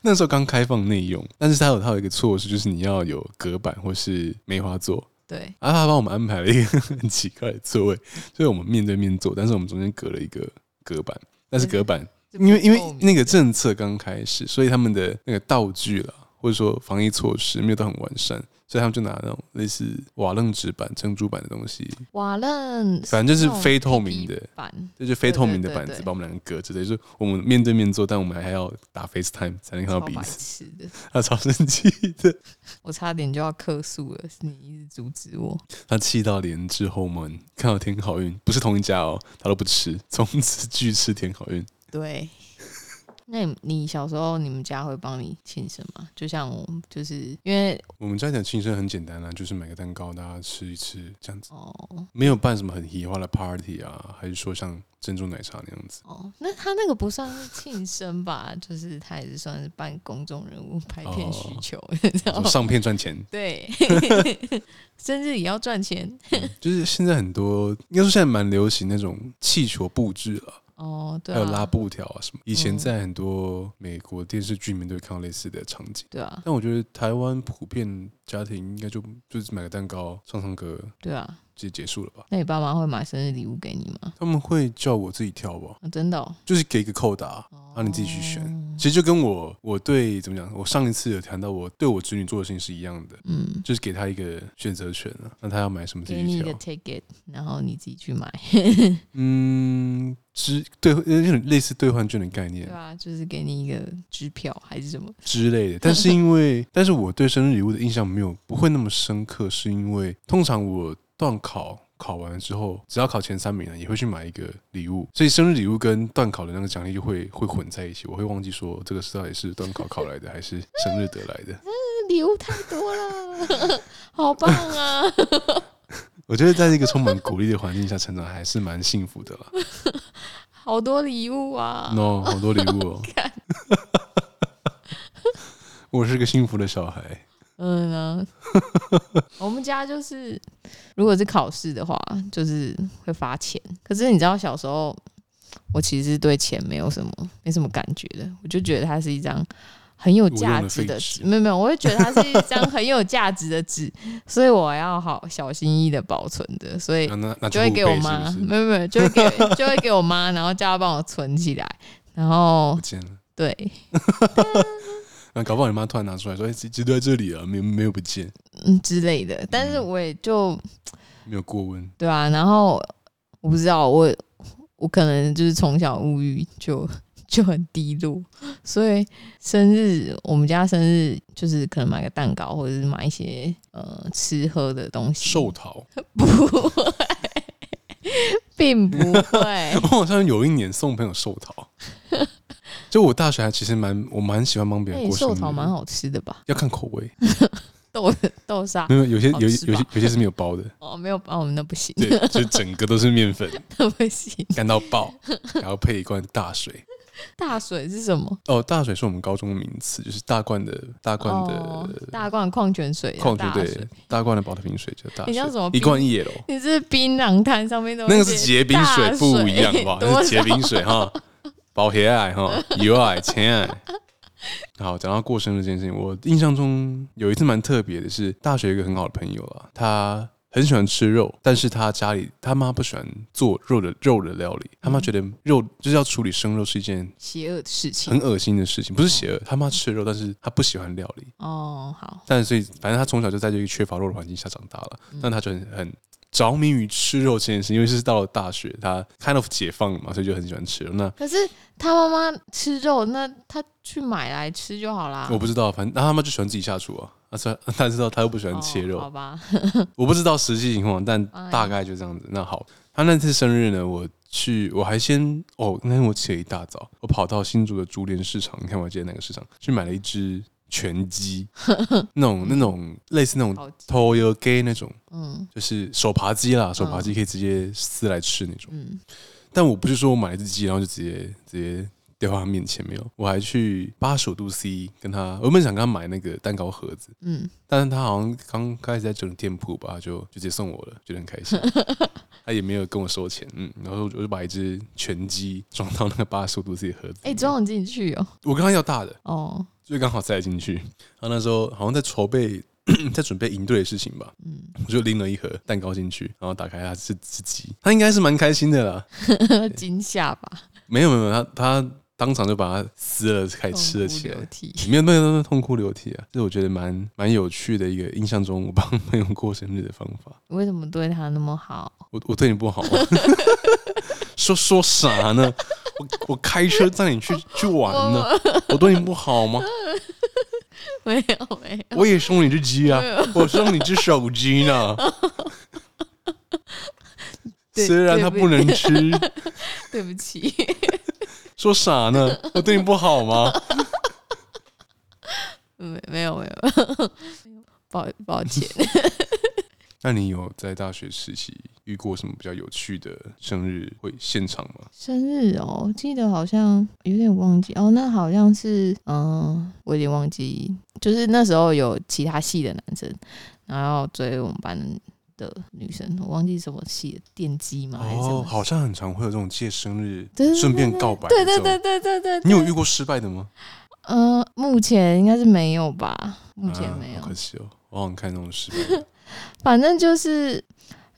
S1: 那时候刚开放内用，但是它有它有一个措施，就是你要有隔板或是梅花座。
S2: 对，
S1: 啊，他帮我们安排了一个很奇怪的座位，所以我们面对面坐，但是我们中间隔了一个隔板。但是
S2: 嗯
S1: 隔板，因为因为那个政策刚开始，所以他们的那个道具啦，或者说防疫措施没有到很完善，所以他们就拿那种类似瓦楞纸板、珍珠板的东西，
S2: 瓦楞，
S1: 反正就是非透明的
S2: 板，
S1: 这就是非透明的
S2: 对对
S1: 板子
S2: 对
S1: 把我们两个隔着，等于说我们面对面坐，但我们还要打 FaceTime 才能看
S2: 超
S1: 到彼
S2: 白
S1: 此。
S2: 痴的，
S1: 他超生气的。
S2: 我差点就要客诉了，是你一直阻止我。
S1: 他气到连至后门，看到天好运不是同一家哦，他都不吃，从此拒吃天好运。
S2: 对， 那你你小时候你们家会帮你庆生吗？就像我，就是因为
S1: 我们家讲庆生很简单啦、就是买个蛋糕，大家吃一吃这样子，
S2: 哦
S1: 没有办什么很奇花的 party 啊，还是说像珍珠奶茶那样 子。
S2: 哦，那他那个不算是庆生吧？就是他也是算是办公众人物拍
S1: 哦
S2: 片需求， 你知道
S1: 说
S2: 吗？
S1: 上片 赚钱，
S2: 对，生日也要赚钱
S1: 嗯就是现在很多，应该说现在蛮流行那种气球布置了、
S2: 哦，对
S1: 还有拉
S2: 啊，
S1: 布条啊什么。以前
S2: 嗯
S1: 在很多美国电视剧里面都会看到类似的场景。
S2: 对啊，
S1: 但我觉得台湾普遍家庭应该就就是买个蛋糕、唱唱歌
S2: 对啊。
S1: 就结束了吧。
S2: 那你爸妈会买生日礼物给你吗？
S1: 他们会叫我自己挑吧，
S2: 啊、真的、哦，
S1: 就是给一个扣打，
S2: 哦
S1: 让你自己去选。其实就跟我我对怎么讲，我上一次有谈到我对我侄女做的事情是一样的，
S2: 嗯，
S1: 就是给她一个选择权啊，让她要买什么自
S2: 给
S1: 己
S2: 你
S1: 去
S2: 一个
S1: 挑。
S2: ticket，然后你自己去买，
S1: 嗯，之兑有点类似兑换券的概
S2: 对
S1: 念
S2: 吧、就是给你一个支票还是什么？
S1: 之类的。但是因为，但是我对生日礼物的印象没有不会那么深刻，是因为通常我段考。考完之后，只要考前三名了，也会去买一个礼物，所以生日礼物跟段考的那个奖励就会会混在一起，我会忘记说这个是到底是段考考来的还是生日得来的。
S2: 这礼物太多了， 好棒啊！
S1: 我觉得在这个充满鼓励的环境下成长，还是蛮幸福的啦。
S2: 好多礼物啊
S1: no，好多礼物哦。 我是个幸福的小孩，
S2: 嗯啊，我们家就是，如果是考试的话，就是会发钱。可是你知道，小时候我其实对钱没有什么没什么感觉的，我就觉得它是一张很有价值
S1: 无用的废
S2: 的
S1: 纸
S2: 纸。没有没有，我会觉得它是一张很有价值的纸，所以我要好小心翼翼的保存的。所以
S1: 那那那
S2: 就会给我妈，
S1: 是不是
S2: 没有没有，就会给就会给我妈，然后叫她帮我存起来。然后
S1: 不见了。
S2: 对，
S1: 那搞不好你妈突然拿出来说：“哎、这这都在这里啊，没有没有不见，
S2: 嗯之类的，但是我也就
S1: 没有过问。
S2: 对啊，然后我不知道，我我可能就是从小物欲就 就很低落，所以生日我们家生日就是可能买个蛋糕，或者是买一些呃吃喝的东”西，
S1: 寿 桃，
S2: 不会，并不 会
S1: 我，好像有一年送朋友寿桃，就我大学还其实蛮我蛮喜欢帮别人
S2: 哎，
S1: 过生日
S2: 寿
S1: 的，
S2: 桃蛮好吃的吧？
S1: 要看口味，
S2: 豆豆沙
S1: 没有有些有
S2: 好
S1: 有
S2: 吃
S1: 些
S2: 吧
S1: 有些是没有包的，
S2: 哦，没有把我们那不行，
S1: 对，就整个都是面粉，
S2: 那不行。
S1: 干到爆，然后配一罐大水。
S2: 大水是什么？
S1: 哦，大水是我们高中的名词，就是大罐的大罐
S2: 哦，
S1: 的
S2: 大罐矿泉水，啊
S1: 矿泉
S2: 大
S1: 水，
S2: 水
S1: 对。大罐的保特瓶水叫大
S2: 你
S1: 水，
S2: 像什么
S1: 一
S2: 冰
S1: 罐一野楼，
S2: 你是槟榔摊上面都
S1: 那个
S2: 写
S1: 是结冰水
S2: 大
S1: 不一样 吧？那是结
S2: 多少
S1: 冰水 哈，保鞋爱哈，油爱钱爱。好，讲到过生日这件事情，我印象中有一次蛮特别的是，大学有一个很好的朋友啊，他很喜欢吃肉，但是他家里他妈不喜欢做肉的肉的料理，他妈觉得肉就是要处理生肉是一件
S2: 邪恶的事
S1: 很
S2: 情。
S1: 恶心的事情，不是邪恶，他妈吃肉，但是他不喜欢料理，
S2: 哦，好，
S1: 但所以反正他从小就在这个缺乏肉的环境下长大了，
S2: 嗯
S1: 但他就很很着迷于吃肉这件事情，因为是到了大学，他 kind of 解放了嘛，所以就很喜欢吃肉。那
S2: 可是他妈妈吃肉，那他去买来吃就好啦。
S1: 我不知道，反正他妈就喜欢自己下厨啊，啊，虽然但是他又不喜欢切
S2: 哦好
S1: 肉，
S2: 吧？
S1: 我不知道实际情况，但
S2: 哎
S1: 大概就这样子。那好，他那次生日呢，我去，我还先哦，那天我起了一大早，我跑到新竹的竹联市场，你看我记得那个市场，去买了一只全 鸡，那种那种类似那种
S2: 好，
S1: Toyo Gay 那种。
S2: 嗯
S1: 就是手扒鸡啦，手扒鸡可以直接撕来吃那种。
S2: 嗯，
S1: 但我不是说我买了一只鸡，然后就直接直接丢到他面前没有，我还去八十度 C 跟他，我原本想跟他买那个蛋糕盒子，
S2: 嗯，
S1: 但是他好像刚开始在整店铺吧，他就就直接送我了，觉得很开 心。他也没有跟我收钱，嗯，然后我就把一只全鸡装到那个八十度 C 的盒子。
S2: 哎，装得进去哦，
S1: 我跟他要大的，
S2: 哦，
S1: 就刚好塞进去。然后那时候好像在筹备。 在准备营队的事情吧，
S2: 嗯，
S1: 我就拎了一盒蛋糕进去，然后打开它是只鸡，他应该是蛮开心的啦。
S2: 惊吓吧，
S1: 没有没有没有，他他当场就把它撕了，开始哎吃了
S2: 痛哭
S1: 起来
S2: 流。涕。
S1: 没有没有没有痛哭流涕啊，这我觉得蛮蛮有趣的一个印象中我帮朋友过生日的方法。
S2: 为什么对他那么好？
S1: 我我对你不好、啊， 说说啥呢？我我开车载你去去玩呢，我对你不好吗？
S2: 没有没有，
S1: 我也送你只鸡啊，我送你只手机呢。
S2: 对
S1: 虽然它不能吃，
S2: 对不起，
S1: 说啥呢？我对你不好吗？
S2: 没没有没 有，抱抱歉。
S1: 那你有在大学时期遇过什么比较有趣的生日会现场吗？
S2: 生日哦，我记得好像有点忘记哦，那好像是嗯、我有点忘记，就是那时候有其他系的男生，然后追我们班的女生，我忘记什么系的电机嘛还是什么，
S1: 哦好像很常会有这种借生日
S2: 对对对
S1: 顺便告白
S2: 嗯
S1: 的
S2: 对
S1: 这
S2: 对
S1: 种。
S2: 对对对对，
S1: 你有遇过失败的吗？
S2: 嗯、目前应该是没有吧，目前
S1: 啊
S2: 没有，
S1: 好可惜哦。我好想看那种失败的。
S2: 反正就是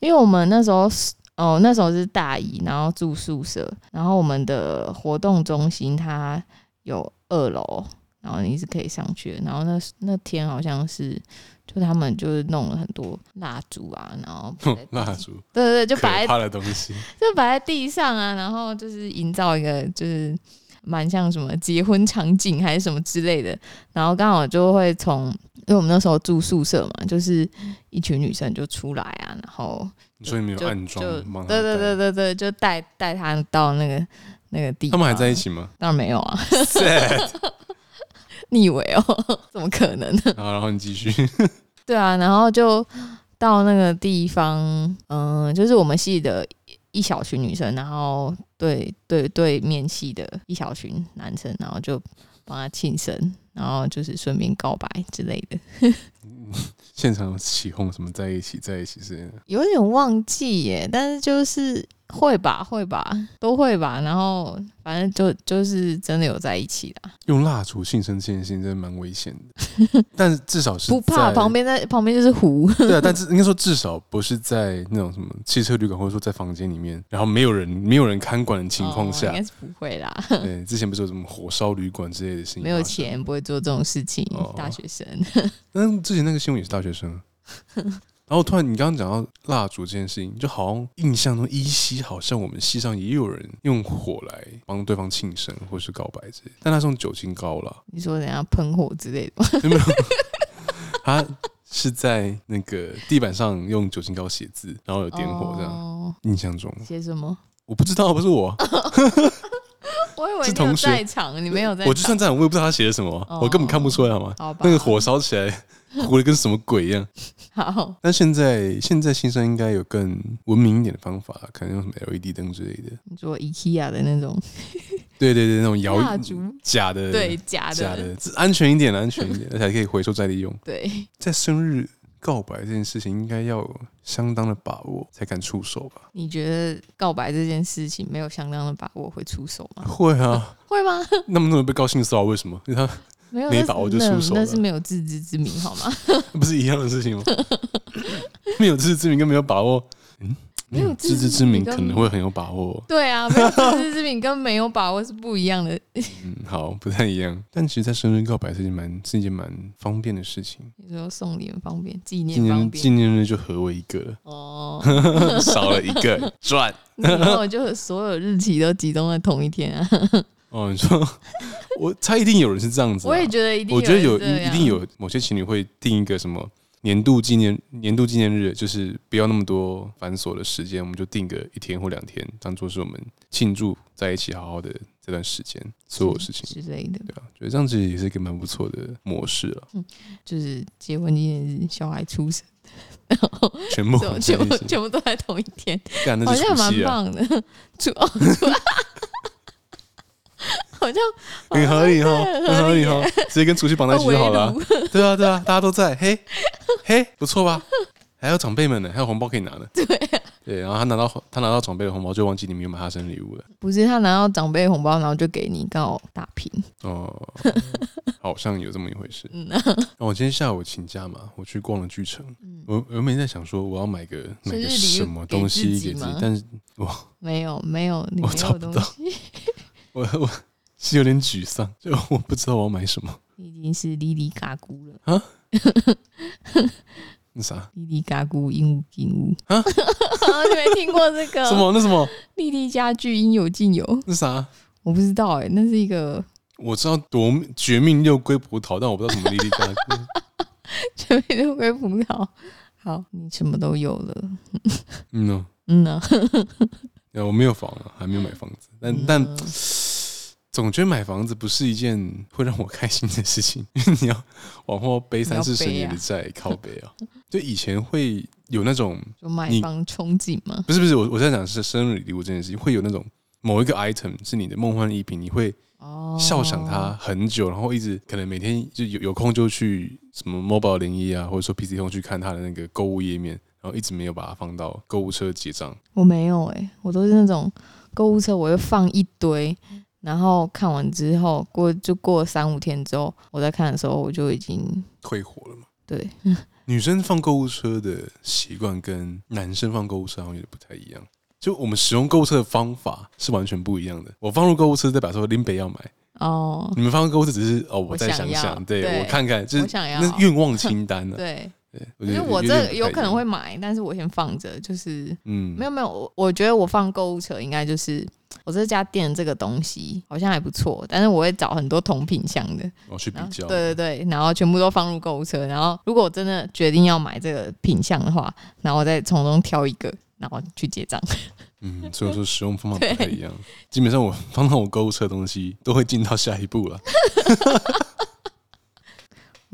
S2: 因为我们那时候是哦，那时候是大一，然后住宿舍，然后我们的活动中心它有二楼，然后你是可以上去的。然后那那天好像是，就他们就是弄了很多蜡烛啊，然后摆在
S1: 蜡烛，
S2: 对对对，就
S1: 可
S2: 摆在
S1: 怕的东 西，
S2: 就摆在地上啊，然后就是营造一个就是蛮像什么结婚场景还是什么之类的。然后刚好就会从，因为我们那时候住宿舍嘛，就是一群女生就出来啊，然后
S1: 你说你们有
S2: 就
S1: 暗装
S2: 就
S1: 吗？
S2: 对对对，对对，就带带他到那个那个地
S1: 他
S2: 方。
S1: 们还在一？起 吗？
S2: 当然没有啊，
S1: Sad
S2: 你以为哦？ 怎么可能呢？
S1: 好，然后你继续，
S2: 对啊，然后就到那个地方，嗯，就是我们系的一小群女生，然后对对对面系的一小群男生，然后就帮他庆生，然后就是顺便告白之类的，
S1: 现场有起哄什么在一起在一起之类的，
S2: 有点忘记耶，但是就是。会吧，会吧，都会吧。然后反正就就是真的有在一起啦，
S1: 用蜡烛庆生这件事情真的蛮危险的， 但是至少是
S2: 不怕
S1: 在
S2: 旁边在旁边就是湖，
S1: 对啊，但是应该说至少不是在那种什么汽车旅馆，或者说在房间里面，然后没有人没有人看管的情况
S2: 哦
S1: 下
S2: 应，该是不会啦。
S1: 对，之前不是有什么火烧旅馆之类的事情，
S2: 没有。钱不会做这种事情，
S1: 哦
S2: 大学生。
S1: 但之前那个新闻也是大学生啊。然后突然你刚刚讲到蜡烛这件事情，就好像印象中依稀好像我们系上也有人用火来帮对方庆生或是告白之类的，但他是用酒精膏 了，
S2: 你说人家喷火之类的吗？
S1: 有没有？他是在那个地板上用酒精膏写字，然后有点火这样。
S2: 哦
S1: 印象中
S2: 写什么？
S1: 我不知道，不是我啊。
S2: 我以为
S1: 是
S2: 你有
S1: 同学
S2: 在场，你没有在场。
S1: 我就算在场，我也不知道他写的什么啊、
S2: 哦
S1: 我根本看不出来，好吗？
S2: 好吧，
S1: 那个火烧起来，糊的跟什么鬼一样。
S2: 好
S1: 但现在现在新生应该有更文明一点的方法，可能用什么 LED 灯之类的。
S2: 你说 IKEA 的那种
S1: 对对对，那种摇
S2: 蜡烛，
S1: 假的，
S2: 对，假的，
S1: 假的，这安全一点，安全一点， 而且还可以回收再利用。
S2: 对，
S1: 在生日告白这件事情，应该要有相当的把握才敢出手 吧？
S2: 你觉得告白这件事情没有相当的把握会出手吗？
S1: 会啊，
S2: 会吗？
S1: 那么多人被高兴骚扰，为什么？因为他
S2: 没有，
S1: 没
S2: 那是
S1: 把握就出手
S2: 那
S1: 了
S2: 那是没有自知之明，好 吗？
S1: 不是一样的事情吗？ 没有自知之明跟没有把握，嗯，
S2: 没有
S1: 自
S2: 自
S1: 知
S2: 知
S1: 之
S2: 之
S1: 明
S2: 明
S1: 可
S2: 跟
S1: 能会很有把握哦。
S2: 对啊，没有自知之明跟没有把握是不一样的。
S1: 嗯，好，不太一样。但其实，在生日告白是一件蛮是一件蛮方便的事情，
S2: 你说送礼很方便，纪
S1: 纪
S2: 念方
S1: 念纪
S2: 便
S1: 念日就合为一个了，
S2: 哦。
S1: 少了一个赚。
S2: 你以后就所有日期都集中在同一天 啊！
S1: 哦，你说，我猜一定有人是这样子、啊。
S2: 我也觉得一定，
S1: 我觉得有
S2: 人这
S1: 一
S2: 样
S1: 定有某些情侣会定一个什么年度纪念年度纪念日，就是不要那么多繁琐的时间，我们就定个一天或两天，当做是我们庆祝在一起好好的这段时间所有事情。
S2: 之类的，
S1: 对啊，觉得这样子也是一个蛮不错的模式了，
S2: 嗯就是结婚纪念日、小孩出生，
S1: 全部
S2: 这种
S1: 在一
S2: 全部
S1: 起，
S2: 全部都在同一天，
S1: 干那
S2: 好
S1: 是
S2: 像
S1: 除
S2: 蛮
S1: 夕啊，
S2: 棒的。 主哦，主 好像呃
S1: 很合理哦，
S2: 对
S1: 很
S2: 很
S1: 合
S2: 合
S1: 理
S2: 理
S1: 哦，直接跟除夕绑在一起就好了啊。
S2: 围炉
S1: 对啊，对啊，大家都在，嘿，嘿，不错吧？还有长辈们呢，还有红包可以拿呢。对、
S2: 啊
S1: 对，然后他拿到他拿到长辈的红包，就忘记你们有买他生日礼物了。
S2: 不是他拿到长辈红包，然后就给你刚好打平。
S1: 哦， 好像有这么一回事。
S2: 嗯，
S1: 那我今天下午请假嘛，我去逛了巨城。我我每天在想说，我要买个
S2: 嗯
S1: 买
S2: 生日
S1: 个
S2: 礼物
S1: 什么东西
S2: 给
S1: 给
S2: 自
S1: 自
S2: 己
S1: 己
S2: 吗，
S1: 但是
S2: 没有没有，你
S1: 我
S2: 没
S1: 找
S2: 有
S1: 哦不
S2: 东
S1: 到
S2: 西，
S1: 我我 是有点沮丧，就我不知道我要买什么。
S2: 你已经是哩哩嘎咕了，
S1: 那啥？
S2: 哩哩嘎咕鹦鹉鹦鹉
S1: 啊
S2: 你没听过这
S1: 什
S2: 个？
S1: 么？那什么？
S2: 丽丽家具应有尽有，
S1: 那啥？
S2: 我不知道哎、那是一个
S1: 我知道夺命绝命六龟葡萄，但我不知道什么莉莉嘎 咕。
S2: 全面都归葡萄。好，你什么都有了，
S1: 嗯哦
S2: 嗯呐、
S1: 呃，我没有房啊，还没有买房子，但、
S2: 嗯
S1: 但
S2: 啊
S1: 总觉得买房子不是一件会让我开心的事情，因为你要往后背三
S2: 要
S1: 四十
S2: 背
S1: 年的
S2: 啊
S1: 债，靠背啊。就以前会有那种，
S2: 就买
S1: 你
S2: 房憧憬嘛，
S1: 不是不是，我我在讲是生日礼物这件事情，会有那种某一个 item 是你的梦幻一品，你会
S2: 哦，
S1: 笑想它，很久，然后一直可能每天就有有空就去什么 Mobile 零一啊，或者说 PC Home 去看它的那个购物页面，然后一直没有把它放到购物车结账。
S2: 我没有哎、我都是那种购物车，我会放一堆，然后看完之后过就过了三五天之后，我在看的时候我就已经
S1: 退火了嘛。
S2: 对，
S1: 女生放购物车的习惯跟男生放购物车好像有点不太一样，就我们使用购物车的方法是完全不一样的。我放入购物车，代表说林北要买，
S2: 哦，
S1: 你们发放购物车只是哦，我再
S2: 想
S1: 想
S2: 要
S1: 想，对
S2: 对
S1: 我看看，就是
S2: 我想要
S1: 那愿望清单呢、啊。
S2: 对，
S1: 对，我
S2: 因为
S1: 觉得
S2: 我
S1: 有点
S2: 这
S1: 不
S2: 有
S1: 太
S2: 可
S1: 一
S2: 能
S1: 样，
S2: 会买，但是我先放着，就是
S1: 嗯，
S2: 没有没有，我我觉得我放购物车应该就是我这家店这个东西好像还不错，但是我会找很多同品相的，
S1: 我去比
S2: 然后
S1: 较，
S2: 啊对对对，然后全部都放入购物车，然后如果我真的决定要买这个品相的话，然后我再从中挑一个，然后去结 账。
S1: 嗯，所以说使用方法
S2: 对
S1: 不太一样。基本上我放到我购物车的东西都会进到下一步了，
S2: 嗯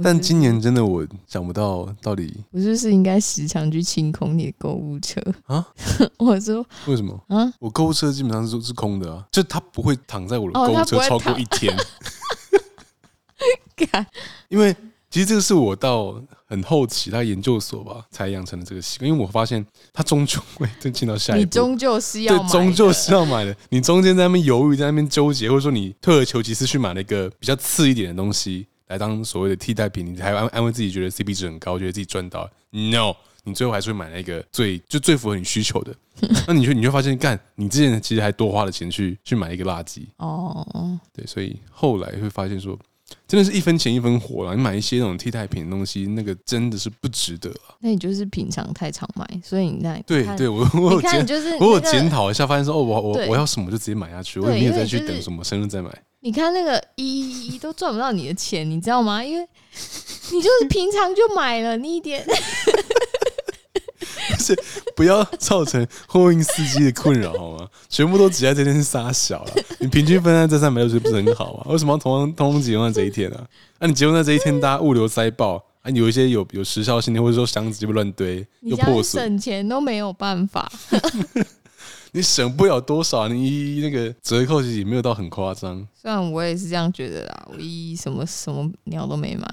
S1: 但今年真的我想不到到底
S2: 我是不是应该时常去清空你的购物车
S1: 啊？
S2: 我说
S1: 为什么
S2: 啊，
S1: 我购物车基本上是是空的啊，就它不会躺在我的
S2: 哦
S1: 购物
S2: 它
S1: 车
S2: 不会
S1: 超过
S2: 躺
S1: 一 天，
S2: 干
S1: 因为其实这个是我到很后期，他研究所吧才养成的这个习惯，因为我发现它终究会再进到下一
S2: 你
S1: 步。
S2: 终究是要
S1: 对
S2: 买，的
S1: 终究是要买的。你中间在那边犹豫，在那边纠结，或者说你退而求其次去买了一个比较次一点的东西来当所谓的替代品，你还安安哎慰自己觉得 CP 值很高，觉得自己赚到了。No，你最后还是会买那个最就最符合你需求的。那你就你就发现，干，你之前其实还多花了钱去去买一个垃圾。
S2: 哦，
S1: 对，所以后来会发现说，真的是一分钱一分货啦。你买一些那种替代品的东西，那个真的是不值得啦。
S2: 那你就是平常太常买，所以你那
S1: 对
S2: 你看
S1: 对，我我有
S2: 你看你
S1: 检，
S2: 就是
S1: 我有
S2: 那个
S1: 检讨一下，发现说哦，我我
S2: 对
S1: 我要什么就直接买下去，我
S2: 对
S1: 也没有
S2: 因为
S1: 再去
S2: 就是
S1: 等什么生日再买。
S2: 你看那个一一都赚不到你的钱，你知道吗？因为 你就是平常就买了，你一点
S1: 不要造成货运司机的困扰好吗？全部都挤在这天杀小了，你平均分散在三百六十不是很好吗？为什么要同样同样集中在这一天啊？那、你集中在这一天，大家物流塞爆啊，有一些有有时效性的，或者说箱子就被乱堆，
S2: 你
S1: 又
S2: 这样
S1: 破损，
S2: 省钱都没有办法。
S1: 你省不了多少啊，你那个折扣其实也没有到很夸张。
S2: 虽然我也是这样觉得啦，我一一什么什么鸟都没买，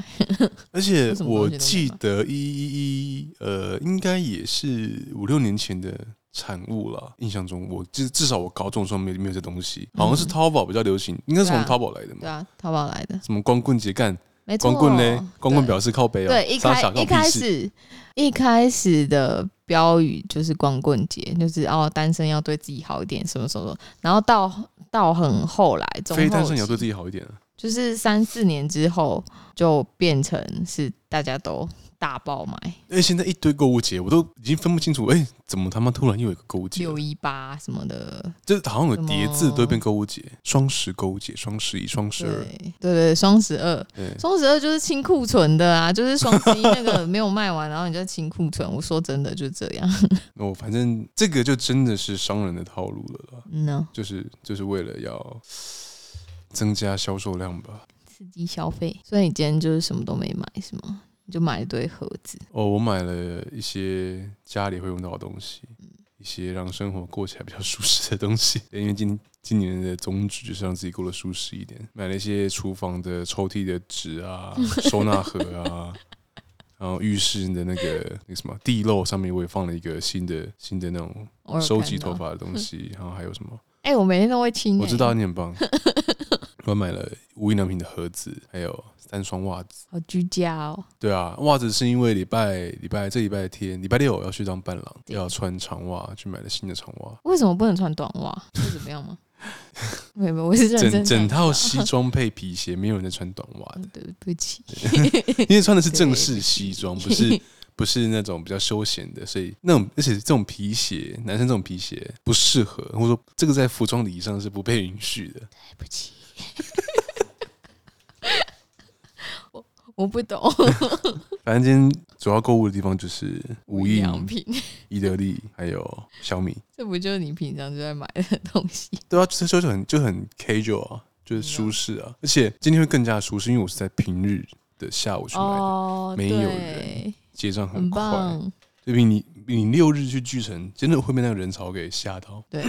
S1: 而且
S2: 为什么
S1: 我
S2: 东西都没
S1: 记
S2: 买
S1: 得一一一呃，应该也是五六年前的产物了。印象中，我至至少我高中的时候没有没有这东西，好像是
S2: 嗯
S1: 淘宝比较流行，应该是
S2: 对
S1: 从
S2: 啊
S1: 淘宝来的嘛
S2: 对。啊，淘宝来的，
S1: 什么光棍节干
S2: 没错。
S1: 光棍呢？光棍
S2: 对
S1: 表示靠背哦、
S2: 对，一
S1: 傻
S2: 开
S1: 傻关我
S2: 一
S1: 屁
S2: 开
S1: 事
S2: 始一开始的标语就是光棍节，就是哦，单身要对自己好一点，什么什么什么。然后到到很后来，中
S1: 非单
S2: 后
S1: 身也要
S2: 期
S1: 对自己好一点啊。
S2: 就是三四年之后，就变成是大家都大爆买
S1: 哎、现在一堆购物节，我都已经分不清楚，哎、怎么他妈突然又有一个购物节了？
S2: 六一八什么的，
S1: 这好像有
S2: 什么
S1: 叠字都变购物节，双十购物节、双十一、双十
S2: 对
S1: 二，
S2: 对对，双十二，
S1: 对，
S2: 双十二就是清库存的啊， 就是双十一那个没有卖完，然后你就清库存。我说真的就这样，
S1: 我、反正这个就真的是商人的套路了啦，
S2: 嗯呢，
S1: 就是就是为了要增加销售量吧。
S2: 刺激消费。所以你今天就是什么都没买是吗？你就买一堆盒子，
S1: 哦，我买了一些家里会用到的东西，
S2: 嗯
S1: 一些让生活过起来比较舒适的东西。 因为今今年的宗旨就是让自己过得舒适一点，买了一些厨房的抽屉的纸 啊、收纳盒啊，然后浴室的那个那个什么地漏上面我也放了一个新的新的那种
S2: 我有
S1: 收集
S2: 看到
S1: 头。发的东 西，然后还有什么
S2: 哎、我每天都会清、欸
S1: 我知道，你很棒。我买了无印良品的盒子，还有三双袜 子。
S2: 好居家哦。
S1: 对啊，袜子是因为礼拜礼拜这礼拜天礼拜六要去当伴郎，
S2: 对
S1: 要穿长袜，去买了新的长袜，
S2: 为什么不能穿短袜？会怎么样 吗？没有没有，我是认真想
S1: 整整套
S2: 知
S1: 西装配皮鞋，没有人在穿短袜
S2: 道。对不起，
S1: 的，因为穿的是正式西装，不是不是那种比较休闲的，所以那种而且这种皮鞋，男生这种皮鞋不适合，或者说这个在服装礼仪上是不被允许的。
S2: 对不起。 我我不懂，
S1: 反正今天主要购物的地方就是 无印、
S2: 良品，
S1: 伊得利还有小米，
S2: 这不就是你平常就在买的东西？
S1: 对啊，就是就是很就很 casual 啊，就是
S2: 嗯
S1: 舒适啊，而且今天会更加舒适，因为我是在平日的下午去买的，
S2: 哦，
S1: 没有
S2: 对
S1: 人，结账
S2: 很
S1: 快，
S2: 棒。
S1: 对比你你六日去巨城，真的会被那个人潮给吓到。
S2: 对，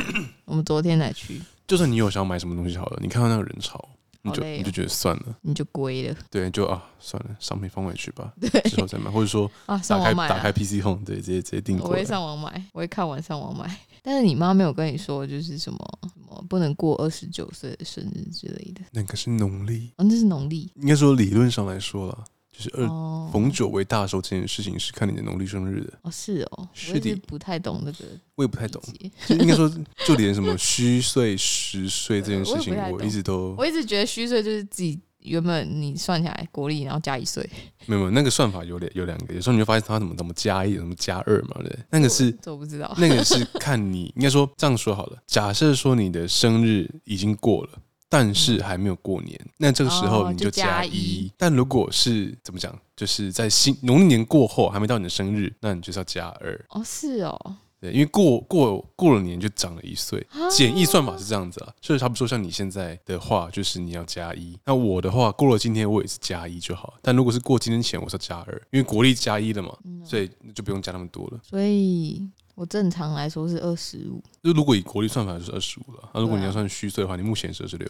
S2: 我们昨天才去，
S1: 就算你有想买什么东西好了，你看到那个人潮，你
S2: 好
S1: 就、
S2: 累哦
S1: 你就觉得算了，
S2: 你就归了。
S1: 对，就啊算了，上面放回去吧，
S2: 对
S1: 之后再买，或者 说
S2: 啊，上
S1: 打开
S2: 网买
S1: 打开
S2: 啊，
S1: PC Home，对，直接直接订
S2: 我
S1: 过来
S2: 会。上网买，我会看完上网买。但是你妈没有跟你说，就是什么什么不能过二十九岁的生日之类的。
S1: 那个是农历，
S2: 哦，那是农历
S1: 应该说理论上来说啦，就是二、
S2: 哦
S1: 逢九为大寿这件事情是看你的农历生日的，
S2: 哦是哦，
S1: 是
S2: 我一直
S1: 的
S2: 不太懂这个
S1: 我也不太懂，
S2: 理解
S1: 就应该说就连什么虚岁、实岁这件事情
S2: 我也不太，懂
S1: 我一直都
S2: 我一直觉得虚岁就是自己原本你算起来国历，然后加一岁，
S1: 没有没有那个算法有两有两个，有时候你就发现它怎么怎么加一，怎么加二嘛，对，那个是
S2: 这我不知道。
S1: 那个是看你，应该说这样说好了。假设说你的生日已经过了，但是还没有过年，那这个时候
S2: 嗯哦
S1: 你
S2: 就
S1: 加
S2: 加一
S1: 但如果是怎么讲，就是在新农历年过后还没到你的生日，那你就是要加二。
S2: 哦是哦，
S1: 对，因为过过过了年就长了一岁。
S2: 啊
S1: 简易算法是这样子啊，就是差不多像你现在的话，就是你要加一。那我的话，过了今天我也是加一就好。但如果是过今天前，我是要加二，因为国力加一了嘛，
S2: 嗯哦
S1: 所以就不用加那么多了。
S2: 所以我正常来说是二十五，
S1: 就如果以国力算法就是二十五了，那、如果
S2: 对啊
S1: 你要算虚岁的话，你目前是二十六。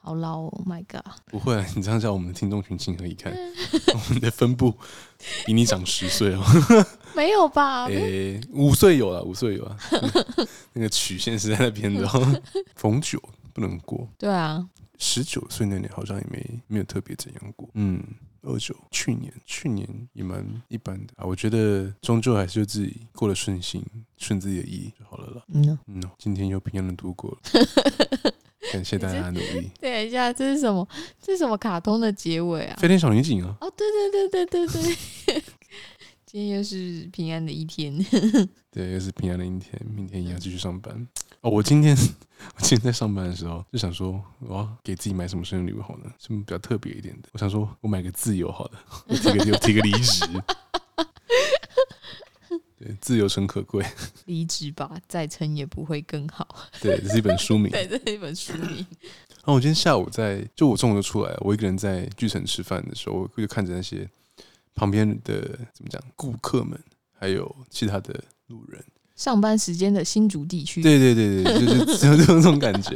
S2: 好老哦，My God！
S1: 不会、啊，你这样叫我们的听众群情何以堪？
S2: 嗯
S1: 我们的分布比你长十岁哦，
S2: 没有吧？
S1: 诶、五岁有了，五岁有啊，那个曲线是在那边的、哦。逢九不能过，
S2: 对啊，
S1: 十九岁那年好像也没没有特别怎样过，嗯。二九，去年去年也蛮一般的啊，我觉得终究还是就自己过得顺心，顺自己的意就好了啦。
S2: 嗯，
S1: 嗯，今天又平安的度过了，感谢大家的努力。
S2: 等一下，啊这是什么？这是什么卡通的结尾啊？
S1: 飞天小女警啊，
S2: 哦，对对对对对对， 今天又是平安的一天。
S1: 对，又是平安的一天，明天也要继续上班。哦，我今天 我今天在上班的时候就想说，我要给自己买什么生日礼物好呢？什么比较特别一点的？我想说我买个自由好了，我提个我提个离职。对，自由诚可贵。
S2: 离职吧，再撑也不会更好。
S1: 对，这是一本书名。
S2: 对，这是一本书名。
S1: 然后我今天下午在，就我中午就出来了，我一个人在巨城吃饭的时候，我就看着那些旁边的怎么讲顾客们，还有其他的路人。
S2: 上班时间的新竹地区，
S1: 对对对对，就是 只有这种感觉。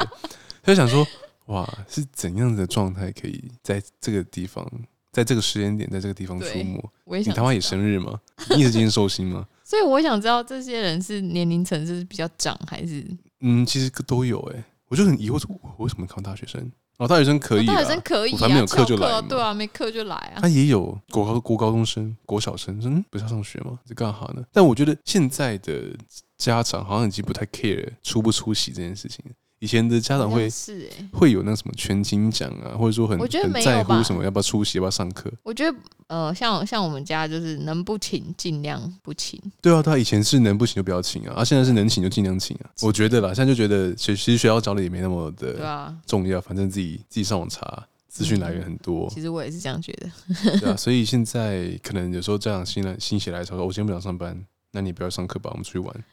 S1: 他就想说，哇，是怎样的状态可以在这个地方，在这个时间点，在这个地方出
S2: 对
S1: 没？
S2: 我也
S1: 你
S2: 想
S1: 他妈也
S2: 知道
S1: 生日吗？你也是今天寿星吗？
S2: 所以我想知道这些人是年龄层是比较长还是
S1: 嗯，其实都有哎、我就很疑惑，说我我为什么考大学生？哦，大学生可以啦，
S2: 大学生可以、
S1: 我
S2: 啊，
S1: 才没有课
S2: 翘
S1: 就来
S2: 啊
S1: 嘛
S2: 对啊，没课就来啊。
S1: 他也有国高国高中生、国小生，嗯，不是要上学吗？在干哈呢？但我觉得现在的家长好像已经不太 care 出不出席这件事情了。以前的家长
S2: 好像
S1: 会
S2: 是哎、
S1: 会有那什么全勤奖啊，或者说很
S2: 我觉得
S1: 很
S2: 没有
S1: 在乎
S2: 吧
S1: 什么要不要出席、要不要上课。
S2: 我觉得呃，像像我们家就是能不请尽量不请，
S1: 对啊，对啊，以前是能不请就不要请啊，啊，现在是能请就尽量请啊。我觉得啦，现在就觉得其实其实学校找的也没那么
S2: 对
S1: 的
S2: 啊？
S1: 重要，反正自己自己上网查，资讯来源很多，
S2: 其实我也是这样觉得。
S1: 对啊。所以现在可能有时候家长心来心血来潮说，哦我今天不想上班，那你不要上课吧，我们出去玩。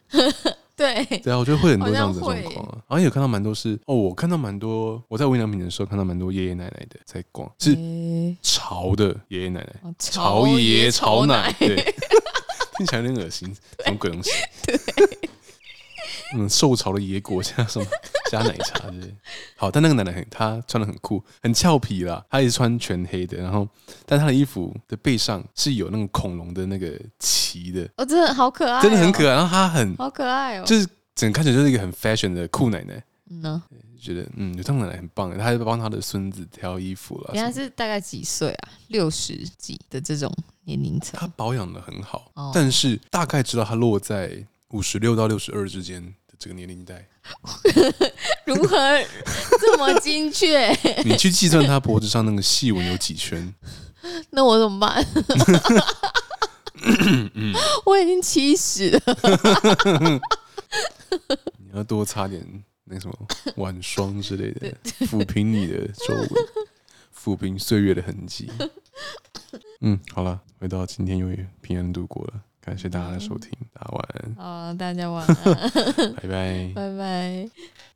S2: 对，
S1: 对啊，我觉得会很多
S2: 好
S1: 这
S2: 像
S1: 样子的状
S2: 会
S1: 况啊。好像有看到蛮多是哦，我看到蛮多，我在无印良品的时候看到蛮多爷爷奶奶的在逛，
S2: 嗯
S1: 是
S2: 诶
S1: 潮的爷爷奶奶，
S2: 哦
S1: 潮爷潮
S2: 潮
S1: 奶，对， 听起来有点恶心，什么鬼 东西？嗯，受潮的野果加什么加奶茶之类的。好，但那个奶奶很，她穿的很酷，很俏皮啦。她也是穿全黑的，然后，但她的衣服的背上是有那种恐龙的那个鳍的，
S2: 哦，真的好可爱、
S1: 真的很，可爱。然后她很
S2: 好可爱哦。
S1: 就是整个看起来就是一个很 fashion 的酷奶奶，
S2: 嗯呢，
S1: 觉得嗯，有这种奶奶很棒，她还帮她的孙子挑衣服了
S2: 人。家是大概几岁啊？六十几的这种年龄层
S1: 她。保养的很好，
S2: 哦
S1: 但是大概知道她落在五十六到六十二之间的这个年龄带，
S2: 如 何这么精确？
S1: 你去计算她脖子上那个细纹有几圈，
S2: 那我怎么办？
S1: 嗯
S2: 我已经七十了，
S1: 你要多擦点那什么晚霜之类的，抚平你的皱纹，抚平岁月的痕迹。嗯，好了，回到今天又平安度过了，感谢大家的收听，大家晚安，
S2: 好，大家晚安，
S1: 拜拜。
S2: 拜拜。